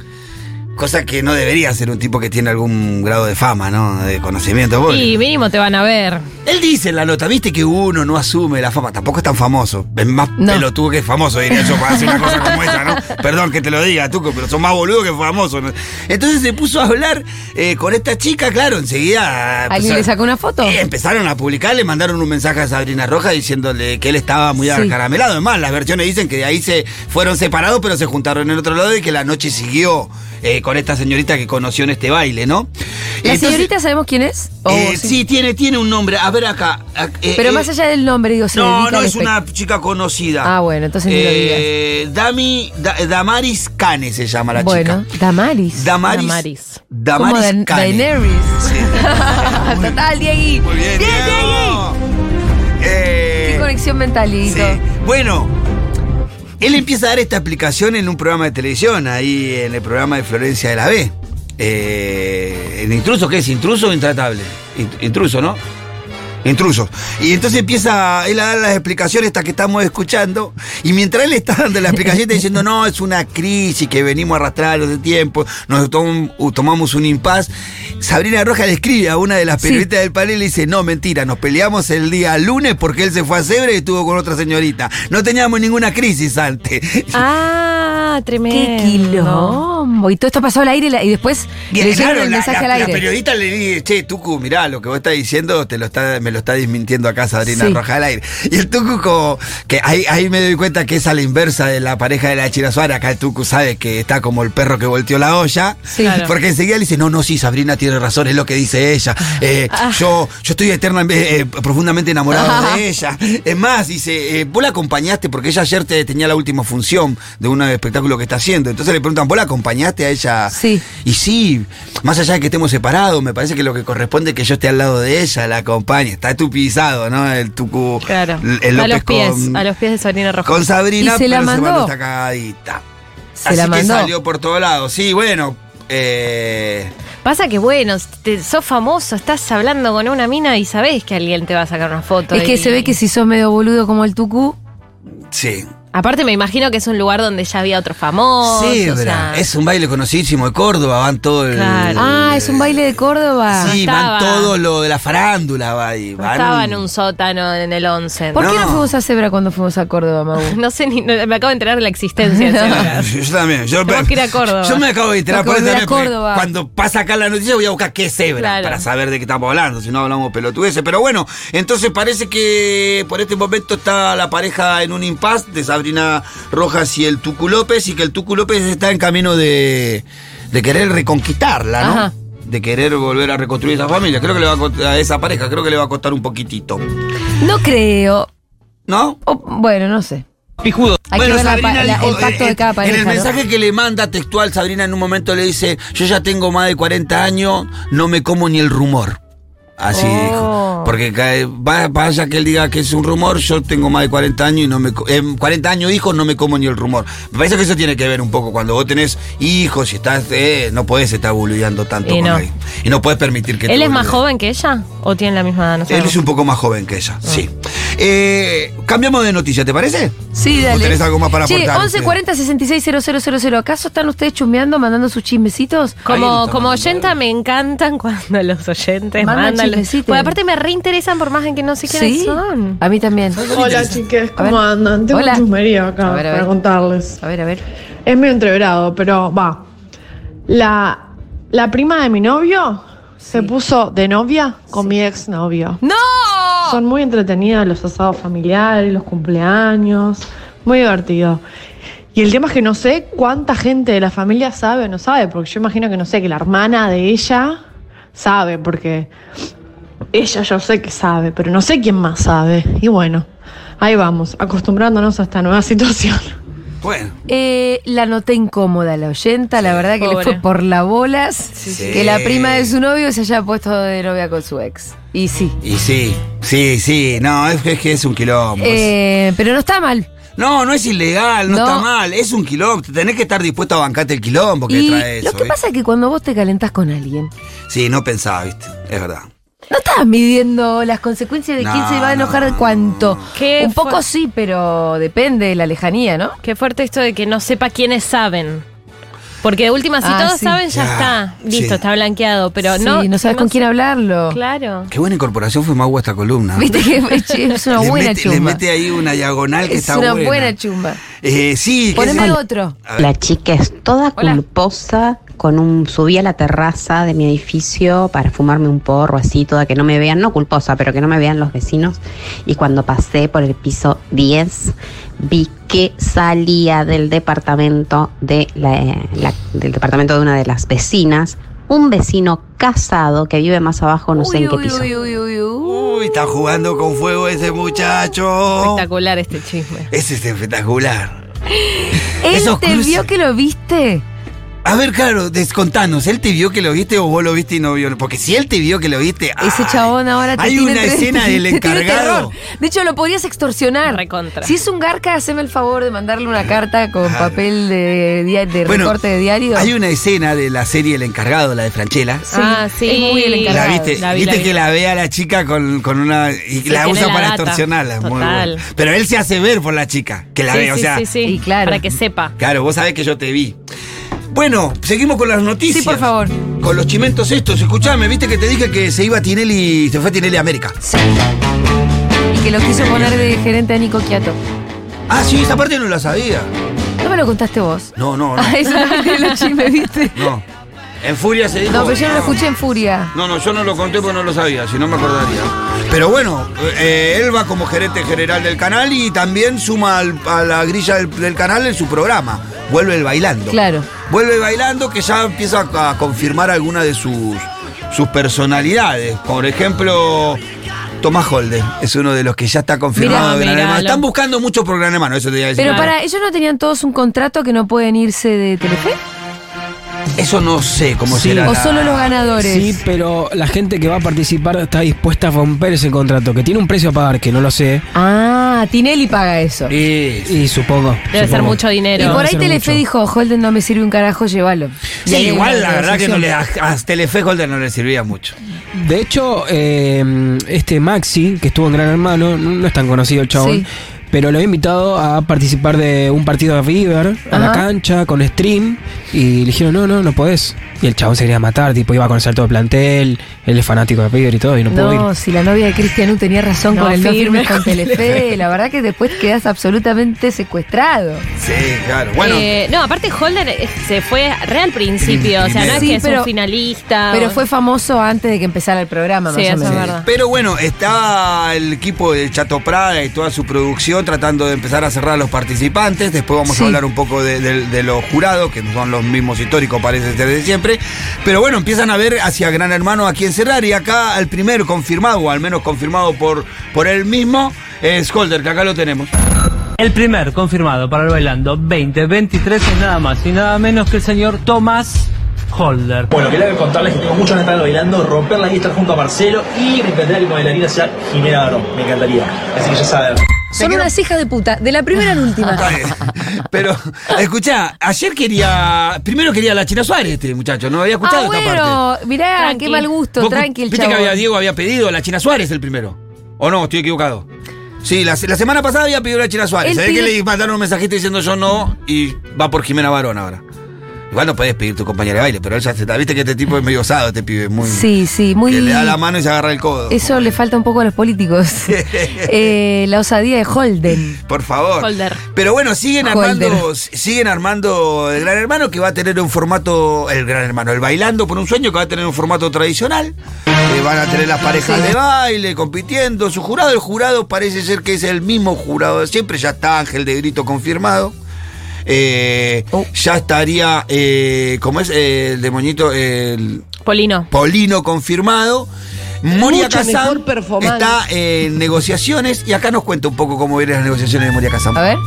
[SPEAKER 2] cosa que no debería ser un tipo que tiene algún grado de fama, ¿no? De conocimiento. porque-
[SPEAKER 4] Y mínimo te van a ver.
[SPEAKER 2] Él dice en la nota, viste que uno no asume la fama, tampoco es tan famoso. Es más
[SPEAKER 1] No.
[SPEAKER 2] pelotudo que famoso, diría yo, para hacer una cosa como esa, ¿no? Perdón que te lo diga, Tuco, pero son más boludo que famoso. ¿no? Entonces se puso a hablar eh, con esta chica, claro, enseguida.
[SPEAKER 1] ¿Alguien
[SPEAKER 2] empezaron-
[SPEAKER 1] le sacó una foto?
[SPEAKER 2] Sí, empezaron a publicar, le mandaron un mensaje a Sabrina Roja diciéndole que él estaba muy
[SPEAKER 1] Sí.
[SPEAKER 2] acaramelado. Es más, las versiones dicen que de ahí se fueron separados, pero se juntaron en otro lado y que la noche siguió eh, con esta señorita que conoció en este baile, ¿no?
[SPEAKER 1] ¿La
[SPEAKER 2] Entonces,
[SPEAKER 1] señorita sabemos quién es? ¿O
[SPEAKER 2] eh,
[SPEAKER 1] Oh, sí?
[SPEAKER 2] sí. tiene, tiene un nombre. A ver acá. a- eh,
[SPEAKER 1] Pero
[SPEAKER 2] eh,
[SPEAKER 1] más allá del nombre, digo, se
[SPEAKER 2] No,
[SPEAKER 1] dedica
[SPEAKER 2] no
[SPEAKER 1] al
[SPEAKER 2] es
[SPEAKER 1] espe-
[SPEAKER 2] una chica conocida.
[SPEAKER 1] Ah, bueno, entonces ni lo
[SPEAKER 2] eh, Dami, Da- Damaris Cane se llama la
[SPEAKER 1] Bueno,
[SPEAKER 2] chica. Damaris.
[SPEAKER 1] Damaris.
[SPEAKER 4] Damaris.
[SPEAKER 1] Como
[SPEAKER 2] Damaris
[SPEAKER 1] Dan-
[SPEAKER 2] Cane.
[SPEAKER 1] Daenerys.
[SPEAKER 2] Sí.
[SPEAKER 1] Total, Diegui.
[SPEAKER 2] Muy bien,
[SPEAKER 1] Diegui.
[SPEAKER 2] Diego. Eh,
[SPEAKER 1] Qué conexión mentalito.
[SPEAKER 2] sí. Bueno, él empieza a dar esta explicación en un programa de televisión, ahí en el programa de Florencia de la B. Eh, ¿En intruso qué es? ¿Intruso o intratable? Int- Intruso, ¿no? Intruso. Y entonces empieza él a dar las explicaciones estas que estamos escuchando. Y mientras él está dando la explicación, está diciendo, no, es una crisis que venimos arrastrando de tiempo, nos tom- tomamos un impas. Sabrina Roja le escribe a una de las
[SPEAKER 1] Sí.
[SPEAKER 2] periodistas del panel y le dice, no, mentira, nos peleamos el día lunes porque él se fue a Cebre y estuvo con otra señorita. No teníamos ninguna crisis antes.
[SPEAKER 4] Ah, tremendo.
[SPEAKER 1] Qué quilombo. Y todo esto pasó al aire y la- y después
[SPEAKER 2] Bien,
[SPEAKER 1] le
[SPEAKER 2] claro,
[SPEAKER 1] el
[SPEAKER 2] la,
[SPEAKER 1] mensaje
[SPEAKER 2] la-
[SPEAKER 1] al
[SPEAKER 2] la
[SPEAKER 1] aire.
[SPEAKER 2] periodista le dice, che, Tucu, mirá, lo que vos estás diciendo te lo está, me lo está desmintiendo acá Sabrina
[SPEAKER 1] Sí.
[SPEAKER 2] Roja al aire. Y el Tucu, como, que ahí, ahí me doy cuenta que es a la inversa de la pareja de la Chira Suárez. Acá el Tucu sabe que está como el perro que volteó la olla.
[SPEAKER 1] Sí.
[SPEAKER 4] Claro.
[SPEAKER 2] Porque enseguida le dice, no, no, sí, Sabrina tiene razón, es lo que dice ella. Eh,
[SPEAKER 4] Ah.
[SPEAKER 2] yo, yo estoy eterna, eh, eh, profundamente enamorado de ella. Es más, dice, eh, vos la acompañaste porque ella ayer te- tenía la última función de un espectáculo que está haciendo. Entonces le preguntan, ¿vos la acompañaste a ella?
[SPEAKER 1] Sí.
[SPEAKER 2] Y sí, más allá de que estemos separados, me parece que lo que corresponde es que yo esté al lado de ella, la acompañe. Está estupidizado, ¿no? El tucu.
[SPEAKER 4] Claro.
[SPEAKER 2] el- el
[SPEAKER 4] a los
[SPEAKER 2] López
[SPEAKER 4] pies,
[SPEAKER 2] con-
[SPEAKER 4] a los pies de Sabrina Roja.
[SPEAKER 2] Con Sabrina,
[SPEAKER 1] Y se la
[SPEAKER 2] pero
[SPEAKER 1] mandó.
[SPEAKER 2] se mandó esta cagadita.
[SPEAKER 1] Se
[SPEAKER 2] Así
[SPEAKER 1] la
[SPEAKER 2] que
[SPEAKER 1] mandó.
[SPEAKER 2] salió por todos lados. Sí, bueno. eh,
[SPEAKER 4] Pasa que bueno, te- sos famoso, estás hablando con una mina y sabés que alguien te va a sacar una foto.
[SPEAKER 1] Es que
[SPEAKER 4] y-
[SPEAKER 1] se ve que si sos medio boludo como el Tucu,
[SPEAKER 2] sí.
[SPEAKER 4] Aparte me imagino que es un lugar donde ya había otro famoso.
[SPEAKER 2] Cebra.
[SPEAKER 4] o sea,
[SPEAKER 2] Es un baile conocidísimo de Córdoba. Van todo el.
[SPEAKER 4] Claro. Ah,
[SPEAKER 1] Ah, es un baile de Córdoba.
[SPEAKER 2] Sí,
[SPEAKER 4] No
[SPEAKER 2] van
[SPEAKER 4] estaba.
[SPEAKER 2] todo lo de la farándula. Va, y
[SPEAKER 4] no
[SPEAKER 2] van-
[SPEAKER 4] estaba en un sótano en el 11.
[SPEAKER 1] ¿Por qué no
[SPEAKER 2] No.
[SPEAKER 1] fuimos a Zebra cuando fuimos a Córdoba, Mau?
[SPEAKER 4] No sé ni, no- me acabo de enterar de la existencia de Cebra.
[SPEAKER 2] Yo, yo también. Yo,
[SPEAKER 4] Tenemos que ir a Córdoba.
[SPEAKER 2] Yo me acabo de enterar
[SPEAKER 1] Tengo
[SPEAKER 2] por eso
[SPEAKER 1] que volver a
[SPEAKER 2] también, porque
[SPEAKER 1] Córdoba.
[SPEAKER 2] Cuando pasa acá la noticia voy a buscar qué es cebra
[SPEAKER 4] Claro.
[SPEAKER 2] para saber de qué estamos hablando, si no hablamos pelotudeces. Pero bueno, entonces parece que por este momento está la pareja en un impasse de Sabrina Rojas y el Tucu López y que el Tucu López está en camino de, de querer reconquistarla, ¿no?
[SPEAKER 4] Ajá.
[SPEAKER 2] De querer volver a reconstruir esa familia. Creo que le va a, cost- a esa pareja, creo que le va a costar un poquitito.
[SPEAKER 1] No creo.
[SPEAKER 2] ¿No?
[SPEAKER 1] O- bueno, no sé.
[SPEAKER 6] Pijudo.
[SPEAKER 1] Hay
[SPEAKER 2] Bueno,
[SPEAKER 1] que ver la
[SPEAKER 2] Sabrina
[SPEAKER 1] pa- la-
[SPEAKER 2] dijo,
[SPEAKER 1] el pacto
[SPEAKER 2] eh,
[SPEAKER 1] de cada
[SPEAKER 2] en
[SPEAKER 1] pareja.
[SPEAKER 2] el
[SPEAKER 1] ¿no?
[SPEAKER 2] mensaje que le manda textual, Sabrina en un momento le dice: Yo ya tengo más de 40 años, no me como ni el rumor. Así
[SPEAKER 1] Oh.
[SPEAKER 2] dijo. Porque cae- va- vaya que él diga que es un rumor, yo tengo más de 40 años y no me. co- em, 40 años hijos, no me como ni el rumor. Me parece que eso tiene que ver un poco. Cuando vos tenés hijos y estás. eh, no podés estar boludeando tanto
[SPEAKER 4] Y
[SPEAKER 2] con
[SPEAKER 4] no.
[SPEAKER 2] alguien. Y no podés permitir que te
[SPEAKER 4] ¿Él es más
[SPEAKER 2] boludeen.
[SPEAKER 4] joven que ella? ¿O tiene la misma edad? No
[SPEAKER 2] Él
[SPEAKER 4] sabemos.
[SPEAKER 2] es un poco más joven que
[SPEAKER 4] Ah.
[SPEAKER 2] ella, sí. Eh, cambiamos de noticia, ¿te parece?
[SPEAKER 1] Sí, dale.
[SPEAKER 2] ¿O tenés algo más para
[SPEAKER 1] che,
[SPEAKER 2] aportar?
[SPEAKER 1] 1140 660000. ¿Acaso están ustedes chusmeando, mandando sus chismecitos?
[SPEAKER 2] Ahí
[SPEAKER 4] Como,
[SPEAKER 2] está,
[SPEAKER 4] como
[SPEAKER 2] mandando.
[SPEAKER 4] oyenta me encantan cuando los oyentes
[SPEAKER 1] Mandan
[SPEAKER 4] mandan. los-
[SPEAKER 1] chismecitos.
[SPEAKER 4] Porque aparte me reinteresan por más en que no sé quiénes son.
[SPEAKER 1] A mí también.
[SPEAKER 3] Hola chiques,
[SPEAKER 1] A ver.
[SPEAKER 3] ¿cómo andan? Tengo
[SPEAKER 1] Hola.
[SPEAKER 3] un chusmerío acá
[SPEAKER 1] A ver, a
[SPEAKER 3] para
[SPEAKER 1] ver.
[SPEAKER 3] contarles.
[SPEAKER 1] A ver, a ver.
[SPEAKER 3] Es medio entreverado, pero va. La, la prima de mi novio se puso de novia con mi exnovio.
[SPEAKER 1] ¡No!
[SPEAKER 3] Son muy entretenidos los asados familiares, los cumpleaños, muy divertido. Y el tema es que no sé cuánta gente de la familia sabe o no sabe, porque yo imagino que no sé, que la hermana de ella sabe, porque ella yo sé que sabe, pero no sé quién más sabe. Y bueno, ahí vamos, acostumbrándonos a esta nueva situación.
[SPEAKER 2] Bueno.
[SPEAKER 1] Eh, la noté incómoda la oyenta, la verdad que le
[SPEAKER 4] Pobre.
[SPEAKER 1] fue por las bolas
[SPEAKER 2] sí.
[SPEAKER 1] que la prima de su novio se haya puesto de novia con su ex. Y sí.
[SPEAKER 2] Y sí, sí, sí, no, es, que- es que es un quilombo.
[SPEAKER 1] Eh, pero no está mal.
[SPEAKER 2] no, no es ilegal, no,
[SPEAKER 1] No.
[SPEAKER 2] está mal, es un quilombo. Tenés que estar dispuesto a bancarte el quilombo que
[SPEAKER 1] Y
[SPEAKER 2] trae eso.
[SPEAKER 1] lo que
[SPEAKER 2] ¿eh?
[SPEAKER 1] pasa es que cuando vos te calentás con alguien,
[SPEAKER 2] Sí, no pensaba, viste, es verdad.
[SPEAKER 1] no estás midiendo las consecuencias de quién
[SPEAKER 2] No,
[SPEAKER 1] se va a enojar de
[SPEAKER 2] no.
[SPEAKER 1] cuánto.
[SPEAKER 4] Qué
[SPEAKER 1] Un poco
[SPEAKER 4] fu-
[SPEAKER 1] sí, pero depende de la lejanía, ¿no?
[SPEAKER 4] Qué fuerte esto de que no sepa quiénes saben. Porque de última, si
[SPEAKER 1] Ah,
[SPEAKER 4] todos
[SPEAKER 1] sí.
[SPEAKER 4] saben, ya
[SPEAKER 2] Ya,
[SPEAKER 4] está. Listo,
[SPEAKER 2] sí.
[SPEAKER 4] está blanqueado. Pero
[SPEAKER 1] Sí,
[SPEAKER 4] no.
[SPEAKER 1] no sabes con quién hablarlo.
[SPEAKER 4] Claro.
[SPEAKER 2] Qué buena incorporación fue Mago a esta columna.
[SPEAKER 1] Viste que es- es una
[SPEAKER 2] le,
[SPEAKER 1] buena
[SPEAKER 2] mete, le
[SPEAKER 1] chumba.
[SPEAKER 2] mete ahí una diagonal que
[SPEAKER 1] Es
[SPEAKER 2] está
[SPEAKER 1] una
[SPEAKER 2] buena.
[SPEAKER 1] buena chumba.
[SPEAKER 2] Eh, sí, que
[SPEAKER 1] Poneme
[SPEAKER 2] sí.
[SPEAKER 1] otro.
[SPEAKER 2] A ver.
[SPEAKER 9] La Ah. chica es toda
[SPEAKER 4] Hola.
[SPEAKER 9] culposa con un, subí a la terraza de mi edificio para fumarme un porro así, toda que no me vean, no culposa, pero que no me vean los vecinos. Y cuando pasé por el piso 10, vi que salía del departamento de la- la- del departamento de una de las vecinas, un vecino casado que vive más abajo, no sé en qué piso.
[SPEAKER 2] Uy, está jugando con fuego ese muchacho.
[SPEAKER 4] Espectacular este chisme.
[SPEAKER 2] Ese es espectacular.
[SPEAKER 1] Él
[SPEAKER 2] Esos
[SPEAKER 1] te
[SPEAKER 2] cruces.
[SPEAKER 1] vio que lo viste.
[SPEAKER 2] A ver, claro, descontanos, ¿él te vio que lo viste o vos lo viste y no vio? Porque si él te vio que lo viste. ah,
[SPEAKER 1] Ese
[SPEAKER 2] ay,
[SPEAKER 1] chabón ahora te
[SPEAKER 2] Hay
[SPEAKER 1] tiene
[SPEAKER 2] una
[SPEAKER 1] tre-
[SPEAKER 2] escena del
[SPEAKER 1] te tiene
[SPEAKER 2] encargado.
[SPEAKER 1] terror. De hecho, lo podrías extorsionar.
[SPEAKER 4] Recontra.
[SPEAKER 1] Si es un garca, haceme el favor de mandarle una carta con
[SPEAKER 2] Claro.
[SPEAKER 1] papel de, dia- de
[SPEAKER 2] Bueno,
[SPEAKER 1] recorte de diario.
[SPEAKER 2] Hay una escena de la serie El Encargado, la de Franchella.
[SPEAKER 4] Ah, sí.
[SPEAKER 1] Es muy el
[SPEAKER 2] La
[SPEAKER 1] encargado.
[SPEAKER 2] viste,
[SPEAKER 4] La vi,
[SPEAKER 2] viste
[SPEAKER 4] la vi.
[SPEAKER 2] que la ve a la chica con, con una. Y
[SPEAKER 4] Sí,
[SPEAKER 2] la
[SPEAKER 4] tiene
[SPEAKER 2] usa
[SPEAKER 4] la
[SPEAKER 2] para
[SPEAKER 4] data.
[SPEAKER 2] extorsionarla. Muy
[SPEAKER 4] Total.
[SPEAKER 2] bueno. Pero él se hace ver por la chica que la
[SPEAKER 4] Sí,
[SPEAKER 2] ve. o
[SPEAKER 4] sí,
[SPEAKER 2] sea,
[SPEAKER 4] sí, sí.
[SPEAKER 1] y claro.
[SPEAKER 4] Para que sepa.
[SPEAKER 2] claro, vos sabés que yo te vi. Bueno, seguimos con las noticias.
[SPEAKER 1] Sí, por favor.
[SPEAKER 2] Con los chimentos estos. Escuchame, viste que te dije que se iba Tinelli. Se fue Tinelli a América.
[SPEAKER 1] Sí. Y que lo quiso poner de gerente a Nico Quiato.
[SPEAKER 2] Ah, sí, esa parte no la sabía.
[SPEAKER 1] No me lo contaste vos.
[SPEAKER 2] No, no, no.
[SPEAKER 1] Ah, eso también lo chisme, ¿viste?
[SPEAKER 2] no. En furia se dijo.
[SPEAKER 1] No, pero yo no lo escuché en furia.
[SPEAKER 2] No, no, yo no lo conté porque no lo sabía, si no me acordaría. Pero bueno, eh, él va como gerente general del canal y también suma al- a la grilla del, del canal en su programa. Vuelve el bailando.
[SPEAKER 1] Claro.
[SPEAKER 2] Vuelve el bailando que ya empieza a confirmar algunas de sus, sus personalidades. Por ejemplo, Tomás Holden es uno de los que ya está confirmado. de Gran
[SPEAKER 4] míralo.
[SPEAKER 2] Hermano. Están buscando mucho por Gran Hermano, eso te iba a decir.
[SPEAKER 1] Pero para, ¿ellos no tenían todos un contrato que no pueden irse de Telefe?
[SPEAKER 2] Eso no sé cómo
[SPEAKER 5] Sí.
[SPEAKER 2] será.
[SPEAKER 1] ¿O
[SPEAKER 2] la-
[SPEAKER 1] solo los ganadores?
[SPEAKER 5] Sí, pero la gente que va a participar está dispuesta a romper ese contrato, que tiene un precio a pagar, que no lo sé.
[SPEAKER 1] Ah, Tinelli paga eso.
[SPEAKER 2] Eh,
[SPEAKER 5] Y supongo.
[SPEAKER 4] Debe ser
[SPEAKER 5] supongo.
[SPEAKER 4] mucho dinero.
[SPEAKER 1] y por ahí
[SPEAKER 5] hacer
[SPEAKER 1] Telefe
[SPEAKER 5] mucho.
[SPEAKER 1] dijo, Holden no me sirve un carajo, llévalo. Y
[SPEAKER 2] Sí,
[SPEAKER 1] ahí hay
[SPEAKER 2] igual
[SPEAKER 1] una
[SPEAKER 2] la verdad que no le,
[SPEAKER 1] negociación.
[SPEAKER 2] a, a Telefe Holden no le servía mucho.
[SPEAKER 5] De hecho, eh, este Maxi, que estuvo en Gran Hermano, no no es tan conocido el chabón,
[SPEAKER 1] Sí.
[SPEAKER 5] pero lo he invitado a participar de un partido de River, a la
[SPEAKER 1] Ajá.
[SPEAKER 5] cancha, con stream, y le dijeron, no, no, no podés. Y el chabón se quería matar, tipo, iba a conocer todo el plantel, él es fanático de River y todo, y no, pudo ir.
[SPEAKER 1] No, si la novia de Cristianú tenía razón
[SPEAKER 4] No,
[SPEAKER 1] con el no
[SPEAKER 4] firme
[SPEAKER 1] firme con Telefe, la verdad que después quedas absolutamente secuestrado.
[SPEAKER 2] Sí, claro. Bueno,
[SPEAKER 4] Eh, no, aparte Holder eh, se fue re al principio, o sea, no es
[SPEAKER 1] Sí,
[SPEAKER 4] que es
[SPEAKER 1] pero-
[SPEAKER 4] un finalista.
[SPEAKER 1] Pero
[SPEAKER 4] o-
[SPEAKER 1] fue famoso antes de que empezara el programa,
[SPEAKER 4] Ah, Sí,
[SPEAKER 1] más o
[SPEAKER 4] eso es
[SPEAKER 1] menos.
[SPEAKER 4] verdad.
[SPEAKER 2] pero bueno, estaba el equipo de Chato Prada y toda su producción tratando de empezar a cerrar a los participantes. Después vamos
[SPEAKER 1] Sí.
[SPEAKER 2] a hablar un poco de, de- de los jurados, que son los mismos históricos, parece ser de siempre. Pero bueno, empiezan a ver hacia Gran Hermano a quién cerrar. Y acá el primero confirmado, o al menos confirmado por, por él mismo, es Holder, que acá lo tenemos.
[SPEAKER 10] El primer confirmado para el bailando 2023 es nada más y nada menos que el señor Tomás Holder.
[SPEAKER 11] Bueno, quería contarles que tengo mucho ganas de estar bailando, romperla y estar junto a Marcelo y mi que como bailarina sea Jimena Barón. Me encantaría. Así que ya saben.
[SPEAKER 1] Son unas hijas de puta, de la primera a la última.
[SPEAKER 2] Ah, Está bien. Pero, escuchá, ayer quería. Primero quería a la China Suárez, este muchacho, no había escuchado
[SPEAKER 1] Ah,
[SPEAKER 2] esta parte.
[SPEAKER 1] bueno, mirá,
[SPEAKER 4] Tranqui.
[SPEAKER 1] qué mal gusto,
[SPEAKER 2] Vos
[SPEAKER 1] tranqui el
[SPEAKER 2] Viste que
[SPEAKER 1] chabón.
[SPEAKER 2] había, Diego había pedido a la China Suárez el primero. ¿O no? Estoy equivocado. Sí, la, la semana pasada había pedido a la China Suárez.
[SPEAKER 1] Él
[SPEAKER 2] Sabés que
[SPEAKER 1] pide-
[SPEAKER 2] le mandaron un mensajito diciendo yo no y va por Jimena Barón ahora. Igual no podés pedir tu compañera de baile, pero él ya se está. Viste que este tipo es medio osado, este pibe. Muy,
[SPEAKER 1] Sí, sí, muy...
[SPEAKER 2] Que le da la mano y se agarra el codo.
[SPEAKER 1] Eso le falta un poco a los políticos. Eh, la osadía de Holden.
[SPEAKER 2] Por favor.
[SPEAKER 4] Holder.
[SPEAKER 2] Pero bueno, siguen
[SPEAKER 1] Mm. Holder.
[SPEAKER 2] armando, siguen armando el Gran Hermano que va a tener un formato, el Gran Hermano, el Bailando por un Sueño que va a tener un formato tradicional. Eh, van a tener las parejas
[SPEAKER 1] Sí.
[SPEAKER 2] de baile compitiendo. Su jurado, el jurado parece ser que es el mismo jurado de siempre. Ya está Ángel de Grito confirmado. Eh,
[SPEAKER 1] Oh.
[SPEAKER 2] Ya estaría, eh, ¿cómo es? Eh, el demonito, el
[SPEAKER 4] Polino.
[SPEAKER 2] Polino confirmado. Moria
[SPEAKER 3] Mucho
[SPEAKER 2] Kazan
[SPEAKER 3] mejor performance.
[SPEAKER 2] está en negociaciones y acá nos cuenta un poco cómo vienen las negociaciones de Moria Kazan.
[SPEAKER 1] A ver.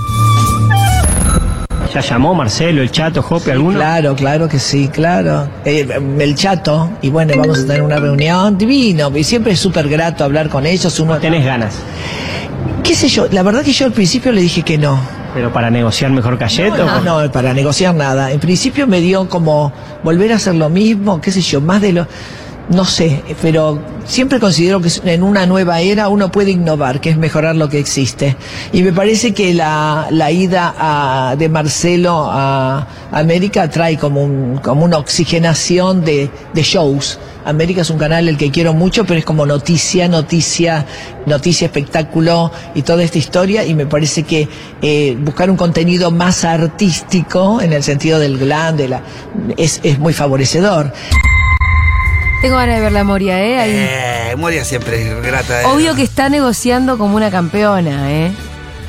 [SPEAKER 10] ¿Ya llamó Marcelo, el Chato, Jope, alguno?
[SPEAKER 11] Claro, claro que sí, claro. Eh, el chato, y bueno, vamos a tener una reunión divino. Y siempre es súper grato hablar con ellos. Uno,
[SPEAKER 10] Tenés ganas,
[SPEAKER 11] ¿Qué sé yo? La verdad que yo al principio le dije que no.
[SPEAKER 10] pero para negociar mejor
[SPEAKER 11] No,
[SPEAKER 10] Cayeto.
[SPEAKER 11] no, no, para negociar nada. En principio me dio como volver a hacer lo mismo, qué sé yo, más de lo... no sé, pero siempre considero que en una nueva era uno puede innovar, que es mejorar lo que existe. Y me parece que la, la ida a- de Marcelo a América trae como, un, como una oxigenación de, de shows. América es un canal el que quiero mucho, pero es como noticia, noticia, noticia, espectáculo y toda esta historia. Y me parece que eh, buscar un contenido más artístico, en el sentido del glam, de la, es, es muy favorecedor.
[SPEAKER 1] Tengo ganas de ver la Moria, ¿eh? Ahí.
[SPEAKER 2] Eh, Moria siempre es grata. eh.
[SPEAKER 1] Obvio que está negociando como una campeona, ¿eh?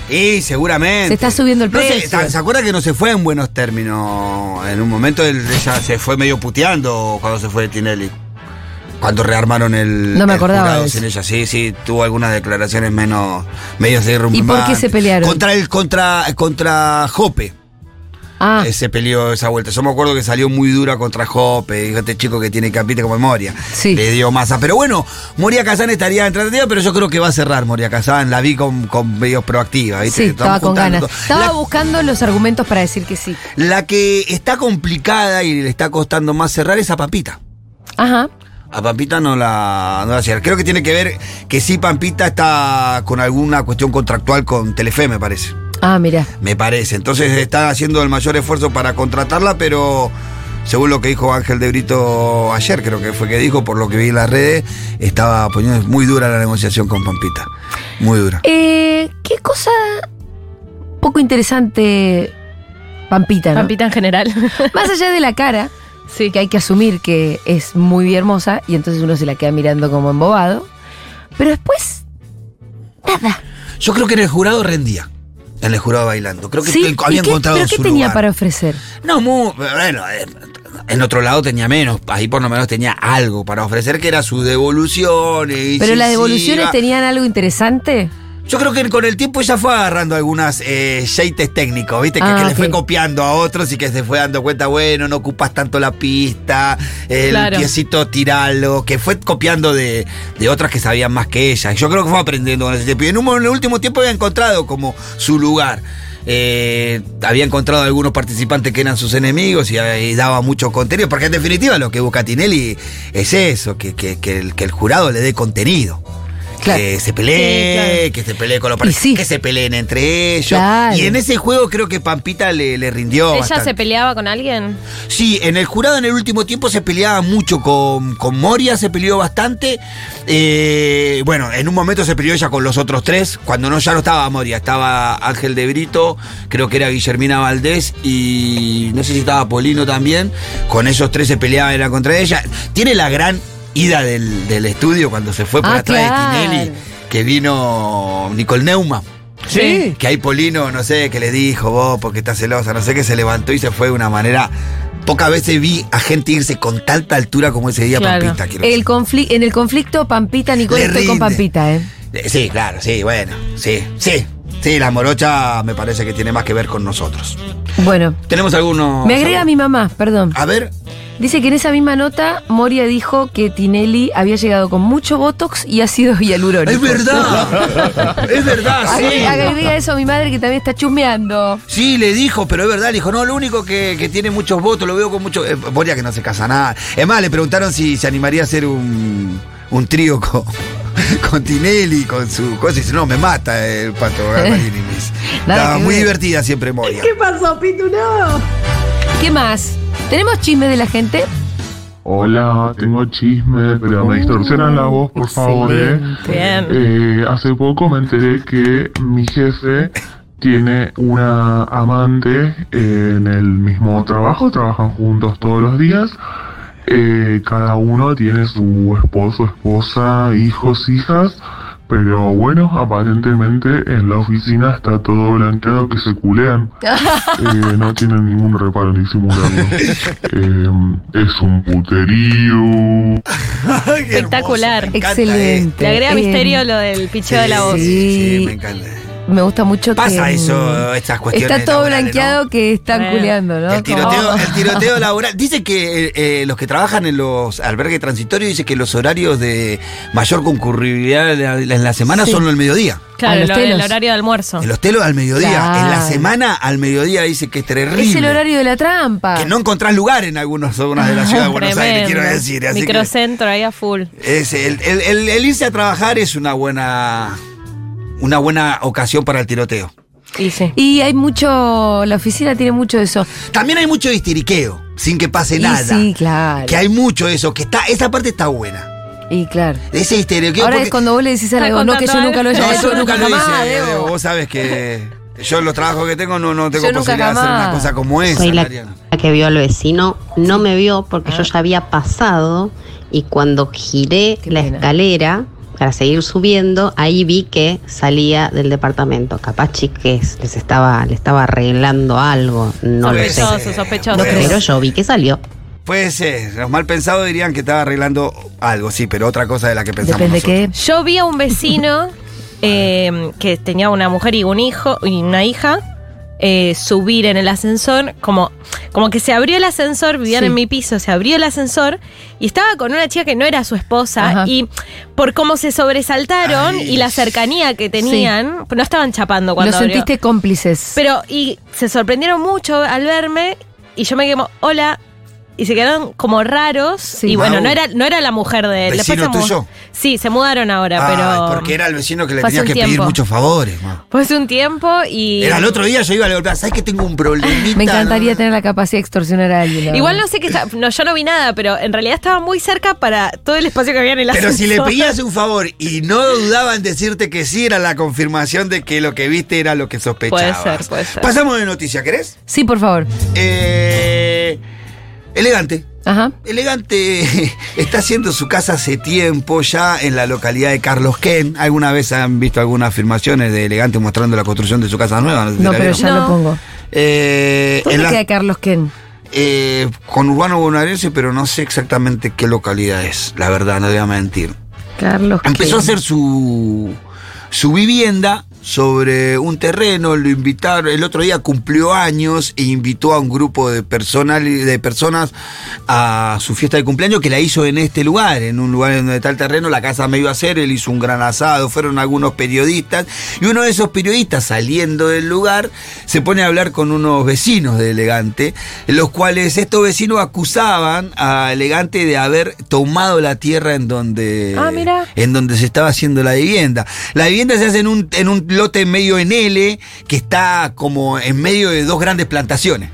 [SPEAKER 2] Y seguramente.
[SPEAKER 1] Se está subiendo el
[SPEAKER 2] No sé,
[SPEAKER 1] precio.
[SPEAKER 2] ¿se- ¿Se acuerda que no se fue en buenos términos? En un momento él- ella se fue medio puteando cuando se fue de Tinelli. Cuando rearmaron el.
[SPEAKER 1] No me
[SPEAKER 2] el
[SPEAKER 1] acordaba
[SPEAKER 2] jurado
[SPEAKER 1] de eso.
[SPEAKER 2] sin ella. Sí, sí, tuvo algunas declaraciones menos. medios de
[SPEAKER 1] ¿Y por qué se pelearon?
[SPEAKER 2] Contra el. contra. contra Jope.
[SPEAKER 1] Ah,
[SPEAKER 2] Eh, se peleó esa vuelta. Yo me acuerdo que salió muy dura contra Jope, dijo este chico que tiene capite como memoria. Le dio masa. Pero bueno, Moria Kazán estaría en tratativa, pero yo creo que va a cerrar Moria Kazán. La vi con, con medios proactiva, ¿viste?
[SPEAKER 1] sí,
[SPEAKER 2] Estamos
[SPEAKER 1] estaba con
[SPEAKER 2] juntando
[SPEAKER 1] ganas.
[SPEAKER 2] todo.
[SPEAKER 1] Estaba buscando los argumentos para decir que sí.
[SPEAKER 2] La, la que está complicada y le está costando más cerrar es a Papita.
[SPEAKER 1] Ajá.
[SPEAKER 2] A Pampita no la, no la cierra. Creo que tiene que ver que sí, Pampita está con alguna cuestión contractual con Telefe, me parece.
[SPEAKER 1] Ah, mira.
[SPEAKER 2] Me parece. Entonces están haciendo el mayor esfuerzo para contratarla, pero según lo que dijo Ángel de Brito ayer, creo que fue que dijo, por lo que vi en las redes, estaba poniendo muy dura la negociación con Pampita. Muy dura.
[SPEAKER 1] Eh, qué cosa poco interesante, Pampita, ¿no?
[SPEAKER 4] Pampita en general.
[SPEAKER 1] Más allá de la cara, que hay que asumir que es muy hermosa y entonces uno se la queda mirando como embobado. Pero después,
[SPEAKER 2] Yo creo que en el jurado rendía. En el jurado bailando. Creo que
[SPEAKER 1] sí,
[SPEAKER 2] había
[SPEAKER 1] ¿y qué-
[SPEAKER 2] encontrado
[SPEAKER 1] ¿Pero qué
[SPEAKER 2] su
[SPEAKER 1] tenía
[SPEAKER 2] lugar.
[SPEAKER 1] para ofrecer?
[SPEAKER 2] No, muy, bueno, eh, en otro lado tenía menos, ahí por lo menos tenía algo para ofrecer que era sus devoluciones.
[SPEAKER 1] ¿Pero las
[SPEAKER 2] sí,
[SPEAKER 1] devoluciones
[SPEAKER 2] iba-
[SPEAKER 1] tenían algo interesante?
[SPEAKER 2] Yo creo que con el tiempo ella fue agarrando algunas eh, yeites técnicos, ¿viste? Que,
[SPEAKER 1] Ah,
[SPEAKER 2] que le fue
[SPEAKER 1] ok.
[SPEAKER 2] copiando a otros y que se fue dando cuenta, bueno, no ocupas tanto la pista, el
[SPEAKER 4] Claro.
[SPEAKER 2] piecito tiralo, que fue copiando de, de otras que sabían más que ella. Yo creo que fue aprendiendo con ese tiempo. Y en, un, mo- en el último tiempo había encontrado como su lugar. Eh, había encontrado algunos participantes que eran sus enemigos y, eh, y daba mucho contenido, porque en definitiva lo que busca Tinelli es eso, que, que- que el- que el jurado le dé contenido. Que se pelee,
[SPEAKER 1] Sí, claro.
[SPEAKER 2] que se pelee con los participantes, que se peleen entre ellos.
[SPEAKER 1] Claro.
[SPEAKER 2] Y en ese juego creo que Pampita le, le rindió.
[SPEAKER 4] ¿Ella
[SPEAKER 2] bastante.
[SPEAKER 4] se peleaba con alguien?
[SPEAKER 2] Sí, en el jurado en el último tiempo se peleaba mucho con, con Moria, se peleó bastante. Eh, bueno, en un momento se peleó ella con los otros tres, cuando no ya no estaba Moria, estaba Ángel de Brito, creo que era Guillermina Valdés y no sé si estaba Polino también. Con esos tres se peleaba, era contra ella. Tiene la gran ida del, del estudio cuando se fue por
[SPEAKER 1] Ah,
[SPEAKER 2] atrás
[SPEAKER 1] claro.
[SPEAKER 2] de Tinelli, que vino Nicole Neumann.
[SPEAKER 1] Sí.
[SPEAKER 2] Que ahí Polino, no sé, que le dijo vos porque estás celosa, no sé, que se levantó y se fue de una manera. Pocas veces vi a gente irse con tanta altura como ese día,
[SPEAKER 1] Claro.
[SPEAKER 2] Pampita. quiero
[SPEAKER 1] el confli- en el conflicto Pampita, Nicole,
[SPEAKER 2] Le
[SPEAKER 1] estoy con
[SPEAKER 2] rinde.
[SPEAKER 1] Pampita, ¿eh?
[SPEAKER 2] decir. Eh, Sí, claro, sí, bueno, sí, sí. Sí, la morocha me parece que tiene más que ver con nosotros.
[SPEAKER 1] Bueno,
[SPEAKER 2] Tenemos algunos.
[SPEAKER 1] me agrega mi mamá, perdón.
[SPEAKER 2] A ver,
[SPEAKER 1] Dice que en esa misma nota Moria dijo que Tinelli había llegado con mucho botox y ácido hialurónico.
[SPEAKER 2] es verdad. es verdad, sí.
[SPEAKER 1] Agre- Agrega eso a mi madre que también está chusmeando.
[SPEAKER 2] Sí, le dijo, pero es verdad, le dijo, no, lo único que, que tiene muchos votos, lo veo con mucho. eh, Moria que no se casa nada. Es más, le preguntaron si se animaría a hacer un, un trío con, con Tinelli, con su cosa, y dice, no, me mata el pato Galvarini, me dice.
[SPEAKER 1] Nada
[SPEAKER 2] Estaba
[SPEAKER 1] que
[SPEAKER 2] muy
[SPEAKER 1] ver.
[SPEAKER 2] divertida siempre Moria.
[SPEAKER 1] pasó, Pitu? No. ¿Qué más? ¿Tenemos chismes de la gente?
[SPEAKER 12] Hola, tengo chisme, pero me distorsionan la voz, por favor. ¿eh?
[SPEAKER 4] Bien.
[SPEAKER 12] Eh, hace poco me enteré que mi jefe tiene una amante eh, en el mismo trabajo, trabajan juntos todos los días. Eh, cada uno tiene su esposo, esposa, hijos, hijas. Pero bueno, aparentemente en la oficina está todo blanqueado que se culean. Eh, no tienen ningún reparo en disimularlo. Eh, es un puterío.
[SPEAKER 4] Espectacular.
[SPEAKER 1] Excelente.
[SPEAKER 4] Le agrega
[SPEAKER 1] Eh,
[SPEAKER 4] misterio lo del picheo de la voz.
[SPEAKER 1] Sí.
[SPEAKER 2] Me encanta.
[SPEAKER 1] me gusta mucho que.
[SPEAKER 2] Pasa
[SPEAKER 1] mm,
[SPEAKER 2] eso, estas cuestiones.
[SPEAKER 1] Está todo
[SPEAKER 2] laborales, ¿no?
[SPEAKER 1] blanqueado que están
[SPEAKER 4] Eh.
[SPEAKER 1] culeando, ¿no?
[SPEAKER 2] El tiroteo,
[SPEAKER 1] Como-
[SPEAKER 2] el tiroteo laboral. Dice que eh, eh, los que trabajan en los albergues transitorios dice que los horarios de mayor concurribilidad en la, en la semana
[SPEAKER 1] Sí.
[SPEAKER 2] son al mediodía.
[SPEAKER 1] A
[SPEAKER 4] Claro,
[SPEAKER 1] los
[SPEAKER 4] el, el
[SPEAKER 1] telos.
[SPEAKER 4] horario de almuerzo.
[SPEAKER 2] En los telos al mediodía. En la
[SPEAKER 1] Claro.
[SPEAKER 2] semana al mediodía dice que es terrible.
[SPEAKER 1] Es el horario de la trampa.
[SPEAKER 2] Que no encontrás lugar en algunas zonas de la ciudad de Buenos Aires, quiero
[SPEAKER 4] Tremendo.
[SPEAKER 2] decir. Así que
[SPEAKER 4] Microcentro ahí a full.
[SPEAKER 2] es el, el- el- el irse a trabajar es una buena, una buena ocasión para el tiroteo.
[SPEAKER 4] Y sí.
[SPEAKER 1] Y hay mucho. La oficina tiene mucho de eso.
[SPEAKER 2] También hay mucho distiriqueo, sin que pase
[SPEAKER 1] Y
[SPEAKER 2] nada.
[SPEAKER 1] sí, claro.
[SPEAKER 2] Que hay mucho de eso, que está, esa parte está buena.
[SPEAKER 1] Y claro.
[SPEAKER 2] Ese distiriqueo.
[SPEAKER 1] Ahora
[SPEAKER 2] porque-
[SPEAKER 1] es cuando vos le decís
[SPEAKER 4] Está
[SPEAKER 1] algo, no que yo
[SPEAKER 4] contando ¿eh?
[SPEAKER 1] nunca lo
[SPEAKER 4] algo.
[SPEAKER 1] haya
[SPEAKER 2] No,
[SPEAKER 1] hecho,
[SPEAKER 2] yo nunca lo
[SPEAKER 1] jamás,
[SPEAKER 2] hice, eh,
[SPEAKER 1] Debo.
[SPEAKER 2] Debo. Vos sabés que yo en los trabajos que tengo no, no tengo
[SPEAKER 1] Yo nunca
[SPEAKER 2] posibilidad de hacer
[SPEAKER 1] jamás.
[SPEAKER 2] una cosa como esa,
[SPEAKER 9] Soy la
[SPEAKER 2] Mariana.
[SPEAKER 9] que vio al vecino, no me vio porque
[SPEAKER 1] Ah.
[SPEAKER 9] yo ya había pasado y cuando giré
[SPEAKER 1] Qué
[SPEAKER 9] la
[SPEAKER 1] pena.
[SPEAKER 9] escalera para seguir subiendo, ahí vi que salía del departamento. Capaz chiques, les estaba, le estaba arreglando algo, no lo sé.
[SPEAKER 4] sospechoso, sospechoso.
[SPEAKER 2] No creo.
[SPEAKER 9] Pero yo vi que salió.
[SPEAKER 2] Puede ser, los mal pensados dirían que estaba arreglando algo, sí, pero otra cosa de la que pensamos
[SPEAKER 1] Depende
[SPEAKER 2] nosotros.
[SPEAKER 1] qué.
[SPEAKER 4] Yo vi a un vecino eh, que tenía una mujer y un hijo y una hija eh, subir en el ascensor, como, como que se abrió el ascensor, vivían
[SPEAKER 1] Sí.
[SPEAKER 4] en mi piso, se abrió el ascensor y estaba con una chica que no era su esposa
[SPEAKER 1] Ajá.
[SPEAKER 4] y por cómo se sobresaltaron
[SPEAKER 2] Ay.
[SPEAKER 4] y la cercanía que tenían, no estaban chapando
[SPEAKER 1] Lo
[SPEAKER 4] cuando abrió.
[SPEAKER 1] sentiste cómplices.
[SPEAKER 4] Pero, y se sorprendieron mucho al verme, y yo me quedé como, hola. Y se quedaron como raros. Y bueno,
[SPEAKER 2] Mau.
[SPEAKER 4] no era, no era la mujer de él.
[SPEAKER 2] ¿Vecino
[SPEAKER 4] Después se mu-
[SPEAKER 2] tuyo?
[SPEAKER 4] Sí, se mudaron ahora,
[SPEAKER 2] Ay,
[SPEAKER 4] pero.
[SPEAKER 2] porque era el vecino que le
[SPEAKER 4] fue hace
[SPEAKER 2] tenía
[SPEAKER 4] un
[SPEAKER 2] que pedir
[SPEAKER 4] tiempo.
[SPEAKER 2] muchos favores. ma.
[SPEAKER 4] Fue hace un tiempo y.
[SPEAKER 2] Era el otro día, yo iba a le golpear, ¿sabes que tengo un problemita?
[SPEAKER 1] Me encantaría tener la capacidad de extorsionar a alguien. la
[SPEAKER 4] Igual
[SPEAKER 1] verdad.
[SPEAKER 4] no sé qué está. No, yo no vi nada, pero en realidad estaba muy cerca para todo el espacio que había en el
[SPEAKER 2] Pero si le
[SPEAKER 4] ascensor.
[SPEAKER 2] pedías un favor y no dudaban decirte que sí, era la confirmación de que lo que viste era lo que sospechabas.
[SPEAKER 4] Puede ser, puede ser.
[SPEAKER 2] Pasamos de noticia, ¿querés?
[SPEAKER 1] Sí, por favor.
[SPEAKER 2] Eh, elegante.
[SPEAKER 1] Ajá.
[SPEAKER 2] Elegante está haciendo su casa hace tiempo ya en la localidad de Carlos Ken. ¿Alguna vez han visto algunas afirmaciones de Elegante mostrando la construcción de su casa nueva?
[SPEAKER 1] No, pero ya
[SPEAKER 4] No.
[SPEAKER 1] lo pongo.
[SPEAKER 2] Eh,
[SPEAKER 1] ¿Dónde queda Carlos Ken?
[SPEAKER 2] con urbano bonaerense, pero no sé exactamente qué localidad es, la verdad, no voy a mentir.
[SPEAKER 1] Carlos
[SPEAKER 2] Empezó a
[SPEAKER 1] Ken.
[SPEAKER 2] hacer su, su vivienda sobre un terreno, lo invitaron, el otro día cumplió años e invitó a un grupo de, personal, de personas a su fiesta de cumpleaños que la hizo en este lugar, en un lugar donde está el terreno, la casa me iba a hacer, él hizo un gran asado, fueron algunos periodistas y uno de esos periodistas saliendo del lugar se pone a hablar con unos vecinos de Elegante, los cuales estos vecinos acusaban a Elegante de haber tomado la tierra en donde
[SPEAKER 4] Ah, mira.
[SPEAKER 2] en donde se estaba haciendo la vivienda. La vivienda se hace en un, en un lote medio en L que está como en medio de dos grandes plantaciones.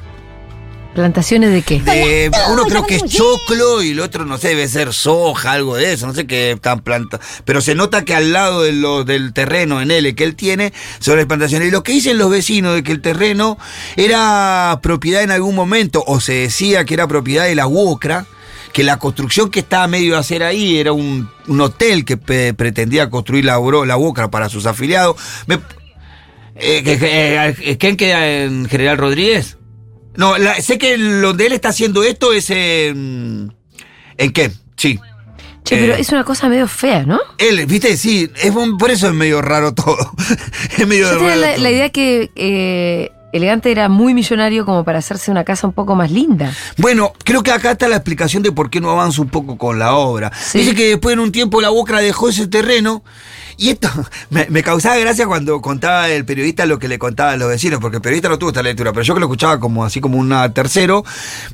[SPEAKER 1] ¿Plantaciones de qué?
[SPEAKER 2] De- Eh, uno creo que es choclo y el otro, no sé, debe ser soja, algo de eso, no sé qué tan planta. Pero se nota que al lado de lo- del terreno en L que él tiene son las plantaciones. Y lo que dicen los vecinos de que el terreno era propiedad en algún momento, o se decía que era propiedad de la UOCRA, que la construcción que estaba medio de hacer ahí era un, un hotel que pe- pretendía construir la, Uro- la UOCRA para sus afiliados. Me- eh, que- que- eh, ¿Quién queda en General Rodríguez? No, la- sé que el- donde él está haciendo esto es en. ¿En qué? Sí.
[SPEAKER 1] Che, pero
[SPEAKER 2] Eh,
[SPEAKER 1] es una cosa medio fea, ¿no?
[SPEAKER 2] Él, viste, sí, es un- por eso es medio raro todo. es medio
[SPEAKER 1] Yo tenía
[SPEAKER 2] raro
[SPEAKER 1] la,
[SPEAKER 2] todo.
[SPEAKER 1] la idea que eh, Elegante era muy millonario como para hacerse una casa un poco más linda.
[SPEAKER 2] Bueno, creo que acá está la explicación de por qué no avanza un poco con la obra.
[SPEAKER 1] Sí.
[SPEAKER 2] Dice que después en un tiempo la Bocra dejó ese terreno y esto me, me causaba gracia cuando contaba el periodista lo que le contaba a los vecinos, porque el periodista no tuvo esta lectura, pero yo que lo escuchaba como así como un tercero,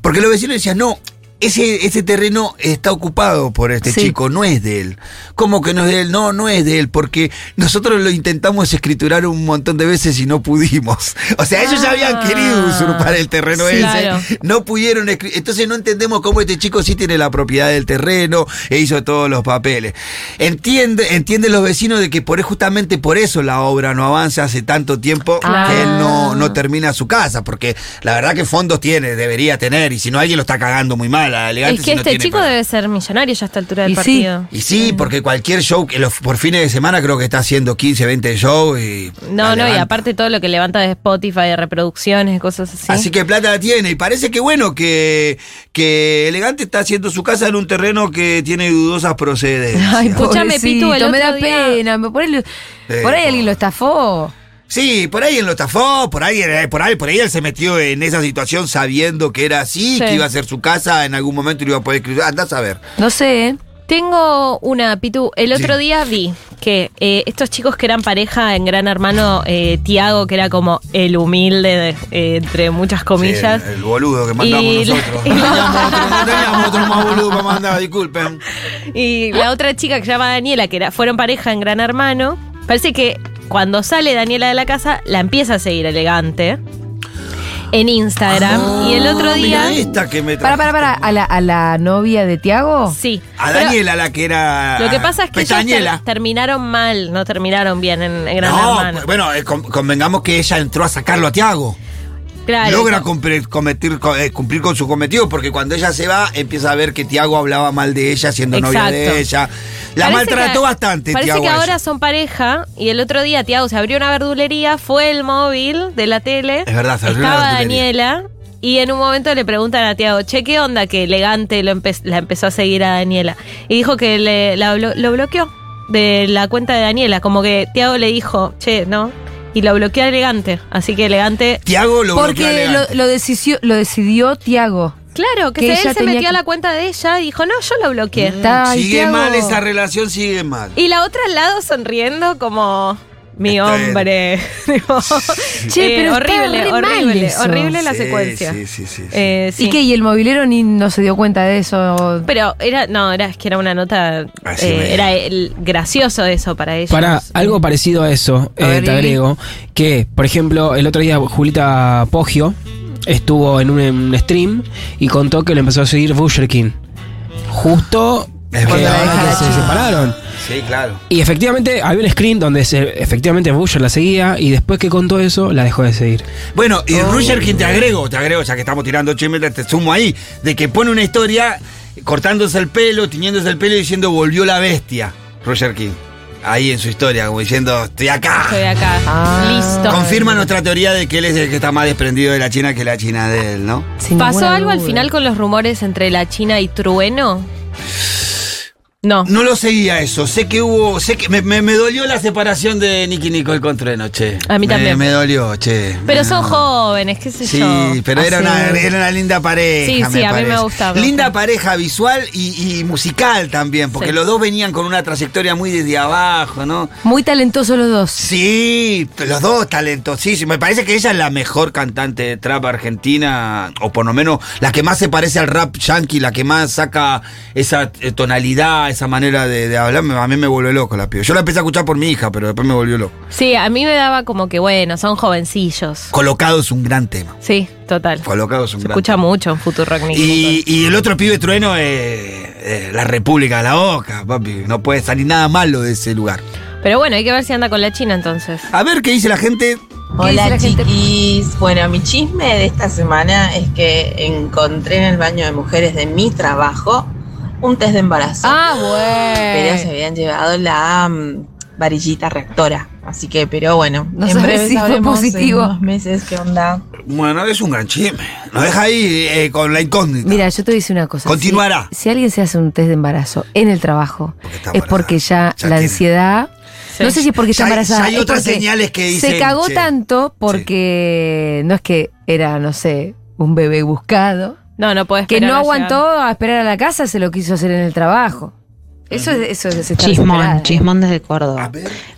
[SPEAKER 2] porque los vecinos decían, no. Ese, ese terreno está ocupado por este
[SPEAKER 1] Sí.
[SPEAKER 2] chico, no es de él. ¿Cómo que no es de él? No, no es de él, porque nosotros lo intentamos escriturar un montón de veces y no pudimos. O sea, ellos ya habían
[SPEAKER 4] Ah.
[SPEAKER 2] querido usurpar el terreno
[SPEAKER 4] Sí,
[SPEAKER 2] ese,
[SPEAKER 4] claro.
[SPEAKER 2] no pudieron escribir. Entonces no entendemos cómo este chico sí tiene la propiedad del terreno e hizo todos los papeles. Entiende, entienden los vecinos de que por justamente por eso la obra no avanza hace tanto tiempo
[SPEAKER 1] Claro.
[SPEAKER 4] Ah.
[SPEAKER 2] que él no, no termina su casa, porque la verdad que fondos tiene, debería tener, y si no alguien lo está cagando muy mal, a Elegante
[SPEAKER 4] Es
[SPEAKER 2] si
[SPEAKER 4] que
[SPEAKER 2] no
[SPEAKER 4] este
[SPEAKER 2] tiene
[SPEAKER 4] chico
[SPEAKER 2] para-
[SPEAKER 4] debe ser millonario ya a esta altura del
[SPEAKER 1] Y sí.
[SPEAKER 4] partido.
[SPEAKER 2] Y sí, porque cualquier show, que los, por fines de semana creo que está haciendo 15, 20 shows y...
[SPEAKER 4] No,
[SPEAKER 2] la
[SPEAKER 4] no, y
[SPEAKER 2] levanta.
[SPEAKER 4] aparte todo lo que levanta de Spotify, de reproducciones, cosas así.
[SPEAKER 2] Así que plata la tiene. Y parece que bueno, que, que Elegante está haciendo su casa en un terreno que tiene dudosas procedencias.
[SPEAKER 4] Escúchame,
[SPEAKER 1] Pobrecito,
[SPEAKER 4] Pitu, el
[SPEAKER 1] me
[SPEAKER 4] otro
[SPEAKER 1] da
[SPEAKER 4] día-
[SPEAKER 1] pena. me- por, ahí, lo-
[SPEAKER 2] Sí,
[SPEAKER 1] por ahí
[SPEAKER 2] no.
[SPEAKER 1] alguien lo estafó.
[SPEAKER 2] Sí, por ahí él lo estafó, por ahí, eh, por ahí, por ahí él se metió en esa situación sabiendo que era así,
[SPEAKER 4] Sí.
[SPEAKER 2] que iba a ser su casa, en algún momento lo iba a poder cruzar. Andás a ver.
[SPEAKER 1] No sé, ¿eh?
[SPEAKER 4] Tengo una, Pitu. El otro día vi que eh, estos chicos que eran pareja en Gran Hermano, eh, Tiago, que era como el humilde, de- eh, entre muchas comillas.
[SPEAKER 2] Sí, el, el boludo que mandamos
[SPEAKER 4] Y-
[SPEAKER 2] nosotros. Teníamos otro- teníamos otro más boludo para mandar, disculpen.
[SPEAKER 4] Y la otra chica que se llama Daniela, que era, fueron pareja en Gran Hermano, parece que cuando sale Daniela de la casa, la empieza a seguir elegante en Instagram.
[SPEAKER 2] Ah,
[SPEAKER 4] y el otro día. Ah,
[SPEAKER 2] Mira esta que me
[SPEAKER 1] Para,
[SPEAKER 2] trajo.
[SPEAKER 1] para, para, ¿a la, a la novia de Tiago?
[SPEAKER 2] Ah.
[SPEAKER 4] Sí.
[SPEAKER 2] A
[SPEAKER 4] Pero-
[SPEAKER 2] Daniela, la que era.
[SPEAKER 4] Lo que pasa es que ellos
[SPEAKER 2] Pestañela.
[SPEAKER 4] ter- terminaron mal, no terminaron bien en, en Gran
[SPEAKER 2] No,
[SPEAKER 4] Hermano.
[SPEAKER 2] pues, bueno, eh, con- convengamos que ella entró a sacarlo a Tiago.
[SPEAKER 4] Claro.
[SPEAKER 2] Logra cumplir, cometir- co- eh, cumplir con su cometido, porque cuando ella se va, empieza a ver que Tiago hablaba mal de ella, siendo novia
[SPEAKER 4] Exacto.
[SPEAKER 2] de ella. La
[SPEAKER 4] Parece
[SPEAKER 2] maltrató
[SPEAKER 4] que-
[SPEAKER 2] bastante,
[SPEAKER 4] Parece
[SPEAKER 2] Tiago.
[SPEAKER 4] que
[SPEAKER 2] a ella.
[SPEAKER 4] ahora son pareja y el otro día Tiago se abrió una verdulería, fue el móvil de la tele.
[SPEAKER 2] Es verdad, se abrió una
[SPEAKER 4] Estaba
[SPEAKER 2] verdulería.
[SPEAKER 4] Daniela y en un momento le preguntan a Tiago, che, ¿qué onda que elegante lo empe- la empezó a seguir a Daniela? Y dijo que le- la blo- lo bloqueó de la cuenta de Daniela, como que Tiago le dijo, che, ¿no? Y lo bloqueó a elegante, así que elegante...
[SPEAKER 2] Tiago lo bloqueó a
[SPEAKER 1] Porque
[SPEAKER 2] Elegante.
[SPEAKER 1] lo, lo decidió, lo decidió Tiago.
[SPEAKER 4] Claro, que,
[SPEAKER 1] Que
[SPEAKER 4] se-
[SPEAKER 1] ella
[SPEAKER 4] él se
[SPEAKER 1] tenía
[SPEAKER 4] metió a
[SPEAKER 1] que- Mm.
[SPEAKER 4] la cuenta de ella y dijo, no, yo lo bloqueé.
[SPEAKER 1] Ay,
[SPEAKER 2] Sigue
[SPEAKER 1] Tiago.
[SPEAKER 2] mal esa relación, sigue mal.
[SPEAKER 4] Y la otra al lado sonriendo como mi hombre. Digo,
[SPEAKER 1] Che,
[SPEAKER 4] eh,
[SPEAKER 1] pero está
[SPEAKER 4] horrible,
[SPEAKER 1] re mal
[SPEAKER 4] horrible,
[SPEAKER 1] eso.
[SPEAKER 4] horrible la
[SPEAKER 2] Sí,
[SPEAKER 4] secuencia.
[SPEAKER 2] Sí, sí, sí. sí.
[SPEAKER 4] Eh, sí.
[SPEAKER 1] ¿Y qué? ¿Y el mobilero ni no se dio cuenta de eso?
[SPEAKER 4] Pero era, no, era es que era una nota,
[SPEAKER 2] Así
[SPEAKER 4] eh,
[SPEAKER 2] me-
[SPEAKER 4] era el- gracioso eso para ellos.
[SPEAKER 5] Para algo parecido a eso,
[SPEAKER 4] A
[SPEAKER 5] eh,
[SPEAKER 4] ver, Lili.
[SPEAKER 5] te agrego, que por ejemplo el otro día Julita Poggio estuvo en un, en un stream y contó que le empezó a seguir Busher King. Justo
[SPEAKER 2] Es
[SPEAKER 5] que
[SPEAKER 2] verdad.
[SPEAKER 4] Ah,
[SPEAKER 5] ahora que se separaron.
[SPEAKER 2] Sí, claro.
[SPEAKER 5] Y efectivamente había un screen donde se, efectivamente Busher la seguía y después que contó eso la dejó de seguir.
[SPEAKER 2] Bueno, y
[SPEAKER 1] Oh.
[SPEAKER 2] Roger, quien te agrego, te agrego, ya que estamos tirando chimetas, te sumo ahí, de que pone una historia cortándose el pelo, tiñéndose el pelo y diciendo volvió la bestia. Roger King. Ahí en su historia, como diciendo, estoy acá.
[SPEAKER 4] Estoy acá.
[SPEAKER 13] Ah.
[SPEAKER 4] Listo.
[SPEAKER 2] Confirma nuestra teoría de que él es el que está más desprendido de la China que la China de él, ¿no?
[SPEAKER 1] Sin
[SPEAKER 4] ¿Pasó
[SPEAKER 1] ninguna
[SPEAKER 4] algo al
[SPEAKER 1] duda.
[SPEAKER 4] final con los rumores entre la China y Trueno? No.
[SPEAKER 2] No lo seguía eso. Sé que hubo. Sé que me, me- me dolió la separación de Nicky Nicole con Trueno, che.
[SPEAKER 4] A mí
[SPEAKER 2] Me-
[SPEAKER 4] también.
[SPEAKER 2] Me, dolió, che.
[SPEAKER 4] Pero
[SPEAKER 2] Me-
[SPEAKER 4] son jóvenes, qué sé
[SPEAKER 2] Sí,
[SPEAKER 4] yo.
[SPEAKER 2] pero era
[SPEAKER 4] Hace-
[SPEAKER 2] una, era una linda pareja.
[SPEAKER 4] Sí, sí, a mí me
[SPEAKER 2] parece.
[SPEAKER 4] gustaba, me
[SPEAKER 2] Linda pareja visual y, y musical también, porque
[SPEAKER 4] Sí.
[SPEAKER 2] los dos venían con una trayectoria muy desde abajo, ¿no?
[SPEAKER 1] Muy talentosos los dos.
[SPEAKER 2] Sí, los dos talentosísimos. Me parece que ella es la mejor cantante de trap argentina, o por lo menos la que más se parece al rap yankee, la que más saca esa eh, tonalidad, esa manera de, de hablar. Me- A mí me volvió loco la piba. Yo la empecé a escuchar por mi hija, pero después me volvió loco.
[SPEAKER 4] Sí, a mí me daba como que, bueno, son jovencillos.
[SPEAKER 2] Colocado es un gran tema.
[SPEAKER 4] Sí, total.
[SPEAKER 2] Colocado es un
[SPEAKER 4] Se
[SPEAKER 2] gran
[SPEAKER 4] escucha mucho en Futurock Nick.
[SPEAKER 2] Y, y el otro pibe trueno es eh, la República de la Oca, papi. No puede salir nada malo de ese lugar.
[SPEAKER 4] Pero bueno, hay que ver si anda con la China entonces.
[SPEAKER 2] A ver qué dice la gente.
[SPEAKER 13] Hola chiquis. Bueno, mi chisme de esta semana es que encontré en el baño de mujeres de mi trabajo un test de embarazo.
[SPEAKER 1] Ah, bueno.
[SPEAKER 13] Pero se habían llevado la mm, varillita reactora. Así que, pero bueno,
[SPEAKER 1] No
[SPEAKER 13] en
[SPEAKER 1] sabes
[SPEAKER 13] breve
[SPEAKER 1] si fue
[SPEAKER 13] sabremos eh,
[SPEAKER 1] positivo.
[SPEAKER 13] en unos meses qué onda.
[SPEAKER 2] Bueno, es un gran chisme. Nos deja ahí eh, con la incógnita.
[SPEAKER 1] Mira, yo te dice una cosa.
[SPEAKER 2] Continuará.
[SPEAKER 1] Si, si alguien se hace un test de embarazo en el trabajo, es porque ya, la ansiedad. No sé si es porque
[SPEAKER 2] Ya
[SPEAKER 1] está
[SPEAKER 2] hay- ya
[SPEAKER 1] embarazada.
[SPEAKER 2] hay
[SPEAKER 1] es
[SPEAKER 2] otras
[SPEAKER 1] porque
[SPEAKER 2] señales que
[SPEAKER 1] Se
[SPEAKER 2] dicen,
[SPEAKER 1] cagó
[SPEAKER 2] che.
[SPEAKER 1] tanto porque no es que era, no sé, un bebé buscado.
[SPEAKER 4] No, no puedes
[SPEAKER 1] Que no aguantó a esperar a la casa, se lo quiso hacer en el trabajo. Eso es, eso es estar desesperada,
[SPEAKER 9] Chismón,
[SPEAKER 1] ¿eh?
[SPEAKER 9] chismón desde Córdoba.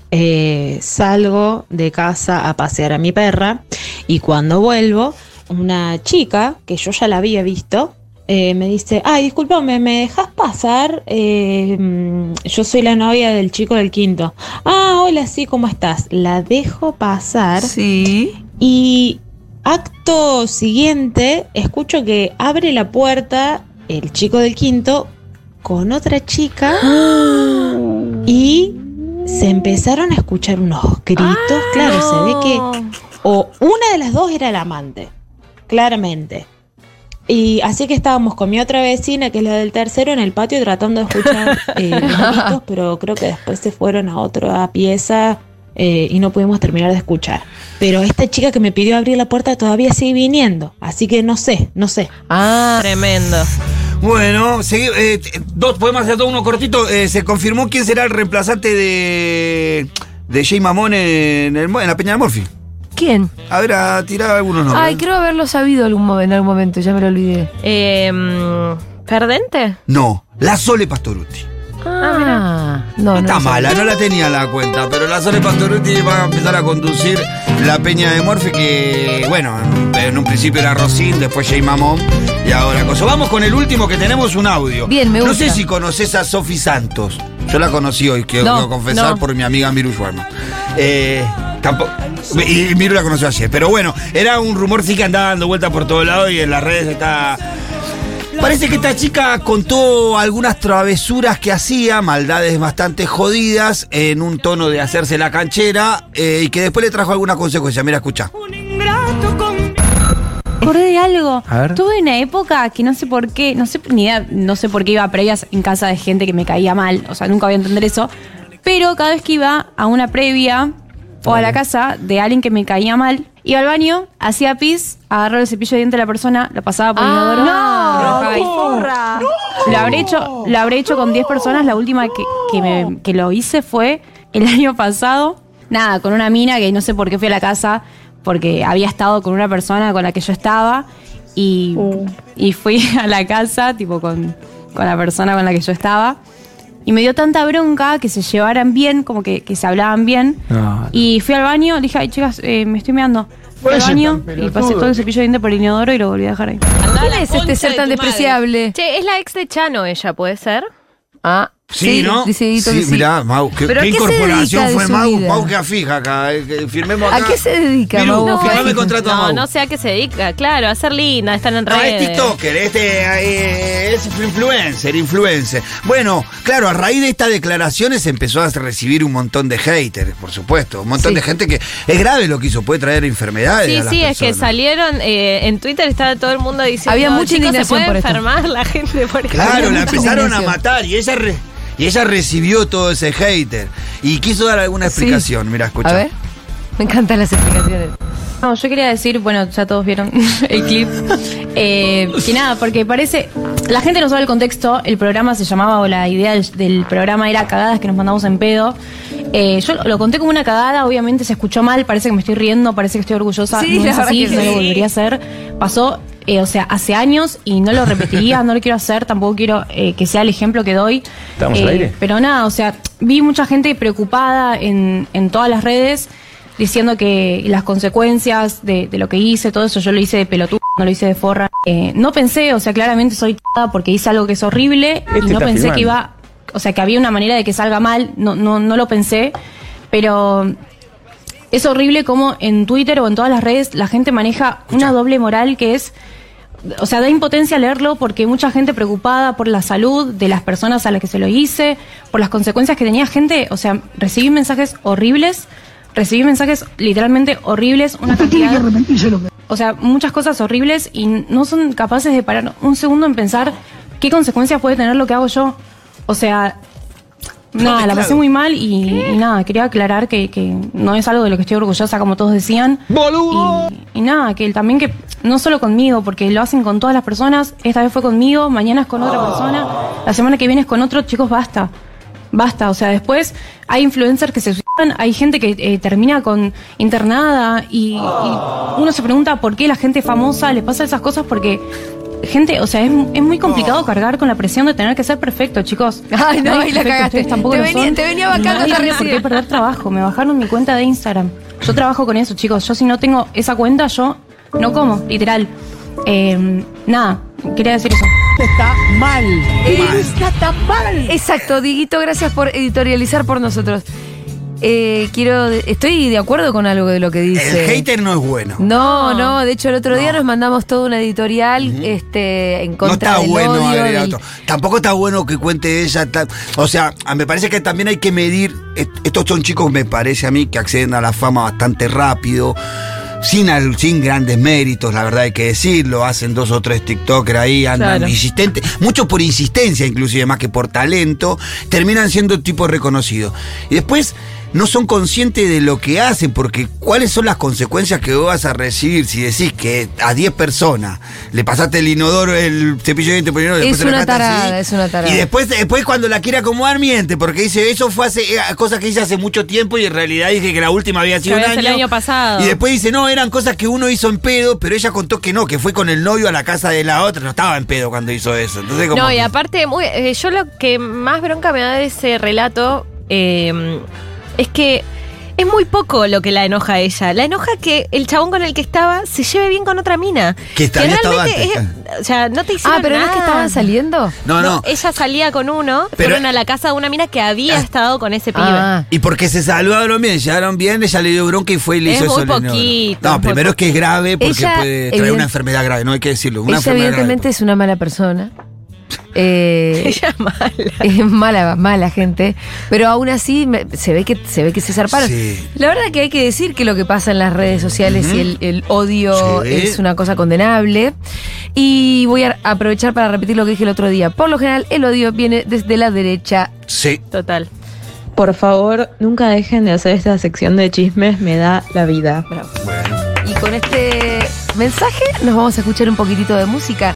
[SPEAKER 9] Eh, salgo de casa a pasear a mi perra y cuando vuelvo, una chica que yo ya la había visto. eh, me dice, ay, discúlpame, ¿me dejas pasar? Eh, mm, yo soy la novia del chico del quinto. Ah, hola, sí, ¿cómo estás? La dejo pasar.
[SPEAKER 1] Sí.
[SPEAKER 9] Y acto siguiente, escucho que abre la puerta el chico del quinto con otra chica y se empezaron a escuchar unos gritos. claro, se ve que o una de las dos era la amante, claramente. Y así que estábamos con mi otra vecina, que es la del tercero, en el patio tratando de escuchar eh, los gritos, pero creo que después se fueron a otra pieza eh, y no pudimos terminar de escuchar. Pero esta chica que me pidió abrir la puerta todavía sigue viniendo, así que no sé, no sé.
[SPEAKER 4] Ah, tremendo.
[SPEAKER 2] Bueno, segui- eh, t- dos, podemos hacer todo uno cortito. Eh, se confirmó quién será el reemplazante de de Jay Mamón en, el mo- en la Peña de Morphy.
[SPEAKER 1] ¿Quién?
[SPEAKER 2] A ver, a tirar algunos nombres.
[SPEAKER 1] Ay, creo haberlo sabido algún mo- en algún momento, ya me lo olvidé.
[SPEAKER 4] Eh, mm, ¿Perdente?
[SPEAKER 2] No, la Sole Pastoruti.
[SPEAKER 1] Ah, no, no.
[SPEAKER 2] Está
[SPEAKER 1] lo sabía.
[SPEAKER 2] mala, no la tenía la cuenta, pero la Sole Pastoruti va a empezar a conducir la Peña de Morphy, que, bueno, en un principio era Rosín, después Jay Mamón, y ahora cosa. Vamos con el último que tenemos un audio.
[SPEAKER 1] Bien, me
[SPEAKER 2] No
[SPEAKER 1] gusta.
[SPEAKER 2] sé si conoces a Sofi Santos. Yo la conocí hoy, quiero
[SPEAKER 1] No,
[SPEAKER 2] confesar,
[SPEAKER 1] no.
[SPEAKER 2] por mi amiga Miru Schwarman. Eh, tampoco- y, y Miru la conoció ayer, pero bueno, era un rumor sí que andaba dando vuelta por todos lados y en las redes está Parece que esta chica contó algunas travesuras que hacía, maldades bastante jodidas, en un tono de hacerse la canchera eh, y que después le trajo alguna consecuencia. Mira, escucha.
[SPEAKER 14] acordé de algo.
[SPEAKER 2] A ver.
[SPEAKER 14] Tuve una época que no sé por qué, no sé ni idea, no sé por qué iba a previas en casa de gente que me caía mal, o sea, nunca voy a entender eso, pero cada vez que iba a una previa o a la casa de alguien que me caía mal, iba al baño, hacía pis, agarraba el cepillo de diente de la persona, lo pasaba por el
[SPEAKER 15] Ah,
[SPEAKER 14] inodoro,
[SPEAKER 15] no,
[SPEAKER 14] lo dejaba ahí. Lo habré hecho, lo habré hecho con 10 personas. La última que, que me- que lo hice fue el año pasado. Nada, con una mina que no sé por qué fui a la casa, porque había estado con una persona con la que yo estaba. Y, y fui a la casa, tipo, con, con la persona con la que yo estaba. Y me dio tanta bronca que se llevaran bien, como que, que se hablaban bien. Y fui al baño, le dije, ay, chicas, eh, me estoy meando. Fui al
[SPEAKER 1] Oye,
[SPEAKER 14] baño
[SPEAKER 1] tan
[SPEAKER 14] y pasé
[SPEAKER 1] pelotudo.
[SPEAKER 14] todo el cepillo de diente por el inodoro y lo volví a dejar ahí.
[SPEAKER 1] ¿Quién es este ser tan despreciable?
[SPEAKER 4] Che, es la ex de Chano ella, ¿puede ser?
[SPEAKER 1] Ah,
[SPEAKER 2] Sí, ¿no? sí, mirá, Mau, qué,
[SPEAKER 4] ¿Pero
[SPEAKER 2] qué
[SPEAKER 4] a qué se
[SPEAKER 2] incorporación
[SPEAKER 4] dedica de
[SPEAKER 2] fue
[SPEAKER 4] su
[SPEAKER 2] Mau.
[SPEAKER 4] vida?
[SPEAKER 2] Mau que afija acá. eh, que firmemos
[SPEAKER 1] ¿A
[SPEAKER 2] acá.
[SPEAKER 1] qué se dedica,
[SPEAKER 2] Miru,
[SPEAKER 1] Mau?
[SPEAKER 2] firmame contrato a
[SPEAKER 4] No,
[SPEAKER 2] Mau.
[SPEAKER 4] no sé a qué se dedica. Claro, a ser linda, están en
[SPEAKER 2] No, es
[SPEAKER 4] redes.
[SPEAKER 2] TikToker, este eh, es influencer, influencer. Bueno, claro, a raíz de estas declaraciones empezó a recibir un montón de haters, por supuesto. Un montón de gente que es grave lo que hizo, puede traer enfermedades.
[SPEAKER 4] Sí,
[SPEAKER 2] a las
[SPEAKER 4] sí, es que
[SPEAKER 2] personas.
[SPEAKER 4] salieron eh, en Twitter estaba todo el mundo diciendo
[SPEAKER 1] Había mucha
[SPEAKER 4] "Chicos, se
[SPEAKER 1] indignación
[SPEAKER 4] puede
[SPEAKER 1] por esto".
[SPEAKER 4] enfermar la gente por
[SPEAKER 2] Claro,
[SPEAKER 4] esto".
[SPEAKER 2] la empezaron a matar y ella, re- y ella recibió todo ese hater. Y quiso dar alguna explicación, mira, escucha.
[SPEAKER 1] A ver, me encantan las explicaciones.
[SPEAKER 14] No, yo quería decir, bueno, ya todos vieron el clip. Eh, que nada, porque parece. La gente no sabe el contexto. El programa se llamaba, o la idea del, del programa era cagadas que nos mandamos en pedo. Eh, yo lo, lo conté como una cagada, obviamente se escuchó mal, parece que me estoy riendo, parece que estoy orgullosa.
[SPEAKER 1] Sí,
[SPEAKER 14] no
[SPEAKER 1] la
[SPEAKER 14] es
[SPEAKER 1] verdad
[SPEAKER 14] así,
[SPEAKER 1] que
[SPEAKER 14] no
[SPEAKER 1] sí.
[SPEAKER 14] lo volvería a hacer. Pasó, eh, o sea, hace años y no lo repetiría, no lo quiero hacer, tampoco quiero eh, que sea el ejemplo que doy. Eh,
[SPEAKER 16] ¿Estamos al aire?
[SPEAKER 14] Pero nada, o sea, vi mucha gente preocupada en, en todas las redes diciendo que las consecuencias de, de lo que hice, todo eso, yo lo hice de pelotudo, no lo hice de forra. Eh, no pensé, o sea, claramente soy chata porque hice algo que es horrible
[SPEAKER 16] Este
[SPEAKER 14] y no
[SPEAKER 16] está
[SPEAKER 14] pensé que
[SPEAKER 16] filmando.
[SPEAKER 14] iba, o sea, que había una manera de que salga mal, no, no, no lo pensé, pero es horrible como en Twitter o en todas las redes la gente maneja una doble moral que es o sea, da impotencia leerlo porque mucha gente preocupada por la salud de las personas a las que se lo hice, por las consecuencias que tenía gente, o sea, recibí mensajes horribles, recibí mensajes literalmente horribles, una cantidad, o sea, muchas cosas horribles y no son capaces de parar un segundo en pensar qué consecuencias puede tener lo que hago yo. O sea, nada, la pasé muy mal y, y nada, quería aclarar que, que no es algo de lo que estoy orgullosa, como todos decían. ¡Boludo! Y, y nada, que también que no solo conmigo, porque lo hacen con todas las personas, esta vez fue conmigo, mañana es con otra persona, la semana que viene es con otro, chicos, basta. Basta, o sea, después hay influencers que se suicidan, hay gente que eh, termina con internada y, y uno se pregunta por qué la gente famosa le pasa esas cosas porque gente, o sea, es, es muy complicado cargar con la presión de tener que ser perfecto, chicos.
[SPEAKER 1] Ay, no,
[SPEAKER 14] Nadie
[SPEAKER 1] ahí
[SPEAKER 14] es perfecto,
[SPEAKER 1] la cagaste.
[SPEAKER 14] ustedes tampoco
[SPEAKER 1] Te
[SPEAKER 14] lo
[SPEAKER 1] venía-
[SPEAKER 14] son.
[SPEAKER 1] te venía bancando
[SPEAKER 14] Nadie
[SPEAKER 1] hasta
[SPEAKER 14] tiene por
[SPEAKER 1] recién.
[SPEAKER 14] qué perder trabajo, me bajaron mi cuenta de Instagram. Yo trabajo con eso, chicos. Yo si no tengo esa cuenta, yo no como, literal. Eh, nada, quería decir eso. Está mal.
[SPEAKER 1] Está tan mal. Exacto, Diguito, gracias por editorializar por nosotros. Eh, quiero, estoy de acuerdo con algo de lo que dice.
[SPEAKER 2] El hater no es bueno.
[SPEAKER 1] No, no, de hecho el otro día nos mandamos toda una editorial este, en
[SPEAKER 2] No
[SPEAKER 1] contra
[SPEAKER 2] está
[SPEAKER 1] del
[SPEAKER 2] bueno
[SPEAKER 1] odio.
[SPEAKER 2] agregar
[SPEAKER 1] del-
[SPEAKER 2] otro. Tampoco está bueno que cuente ella. tal. O sea, a- me parece que también hay que medir. est- Estos son chicos, me parece a mí, que acceden a la fama bastante rápido. Sin, al- sin grandes méritos, la verdad hay que decirlo. Hacen dos o tres TikTokers ahí, andan
[SPEAKER 17] Claro.
[SPEAKER 2] insistentes. Muchos por insistencia, inclusive, más que por talento. Terminan siendo tipos reconocidos. Y después no son conscientes de lo que hacen, porque cuáles son las consecuencias que vos vas a recibir si decís que a 10 personas le pasaste el inodoro, el cepillo de dientes por inodoro,
[SPEAKER 1] Es
[SPEAKER 2] después te
[SPEAKER 1] una
[SPEAKER 2] la dejaste así,
[SPEAKER 1] tarada, es una tarada.
[SPEAKER 2] y después, después cuando la quiere acomodar miente, porque dice, eso fue hace, eh, cosas que hice hace mucho tiempo y en realidad dije que la última había sido
[SPEAKER 4] Que
[SPEAKER 2] un
[SPEAKER 4] había
[SPEAKER 2] año.
[SPEAKER 4] sido el año pasado.
[SPEAKER 2] Y después dice, no, eran cosas que uno hizo en pedo, pero ella contó que no, que fue con el novio a la casa de la otra, no estaba en pedo cuando hizo eso. Entonces, como
[SPEAKER 4] No, y
[SPEAKER 2] que-
[SPEAKER 4] aparte, muy- eh, yo lo que más bronca me da de ese relato eh, es que es muy poco lo que la enoja a ella. La enoja que el chabón con el que estaba se lleve bien con otra mina.
[SPEAKER 2] Que había estado
[SPEAKER 4] realmente
[SPEAKER 2] antes.
[SPEAKER 4] es- o sea, no te hicieron
[SPEAKER 1] Ah, pero no es que
[SPEAKER 4] nada.
[SPEAKER 1] estaban saliendo.
[SPEAKER 2] No, no.
[SPEAKER 4] Ella salía con uno,
[SPEAKER 2] Pero- Ah.
[SPEAKER 4] fueron a la casa de una mina que había estado con ese pibe.
[SPEAKER 1] Ah.
[SPEAKER 2] Y porque se saludaron bien, llegaron bien, ella le dio bronca y fue y le
[SPEAKER 4] Es
[SPEAKER 2] hizo
[SPEAKER 4] muy
[SPEAKER 2] eso. al inodoro.
[SPEAKER 4] poquito,
[SPEAKER 2] No,
[SPEAKER 4] muy
[SPEAKER 2] primero es que es grave porque puede
[SPEAKER 1] Ella,
[SPEAKER 2] traer
[SPEAKER 1] evidente-
[SPEAKER 2] una enfermedad grave, no hay que decirlo. Una
[SPEAKER 1] Ella
[SPEAKER 2] enfermedad grave.
[SPEAKER 1] evidentemente es una mala persona. Eh,
[SPEAKER 4] Ella es mala.
[SPEAKER 1] Es mala, mala gente. Pero aún así me- se ve que se ve que se zarparon.
[SPEAKER 2] Sí.
[SPEAKER 1] La verdad que hay que decir que lo que pasa en las redes sociales
[SPEAKER 4] Ujú.
[SPEAKER 1] y el, el odio
[SPEAKER 4] Sí.
[SPEAKER 1] es una cosa condenable. Y voy a aprovechar para repetir lo que dije el otro día. Por lo general, el odio viene desde la derecha.
[SPEAKER 2] Sí.
[SPEAKER 4] Total.
[SPEAKER 15] Por favor, nunca dejen de hacer esta sección de chismes, me da la vida.
[SPEAKER 1] Y con este mensaje nos vamos a escuchar un poquitito de música.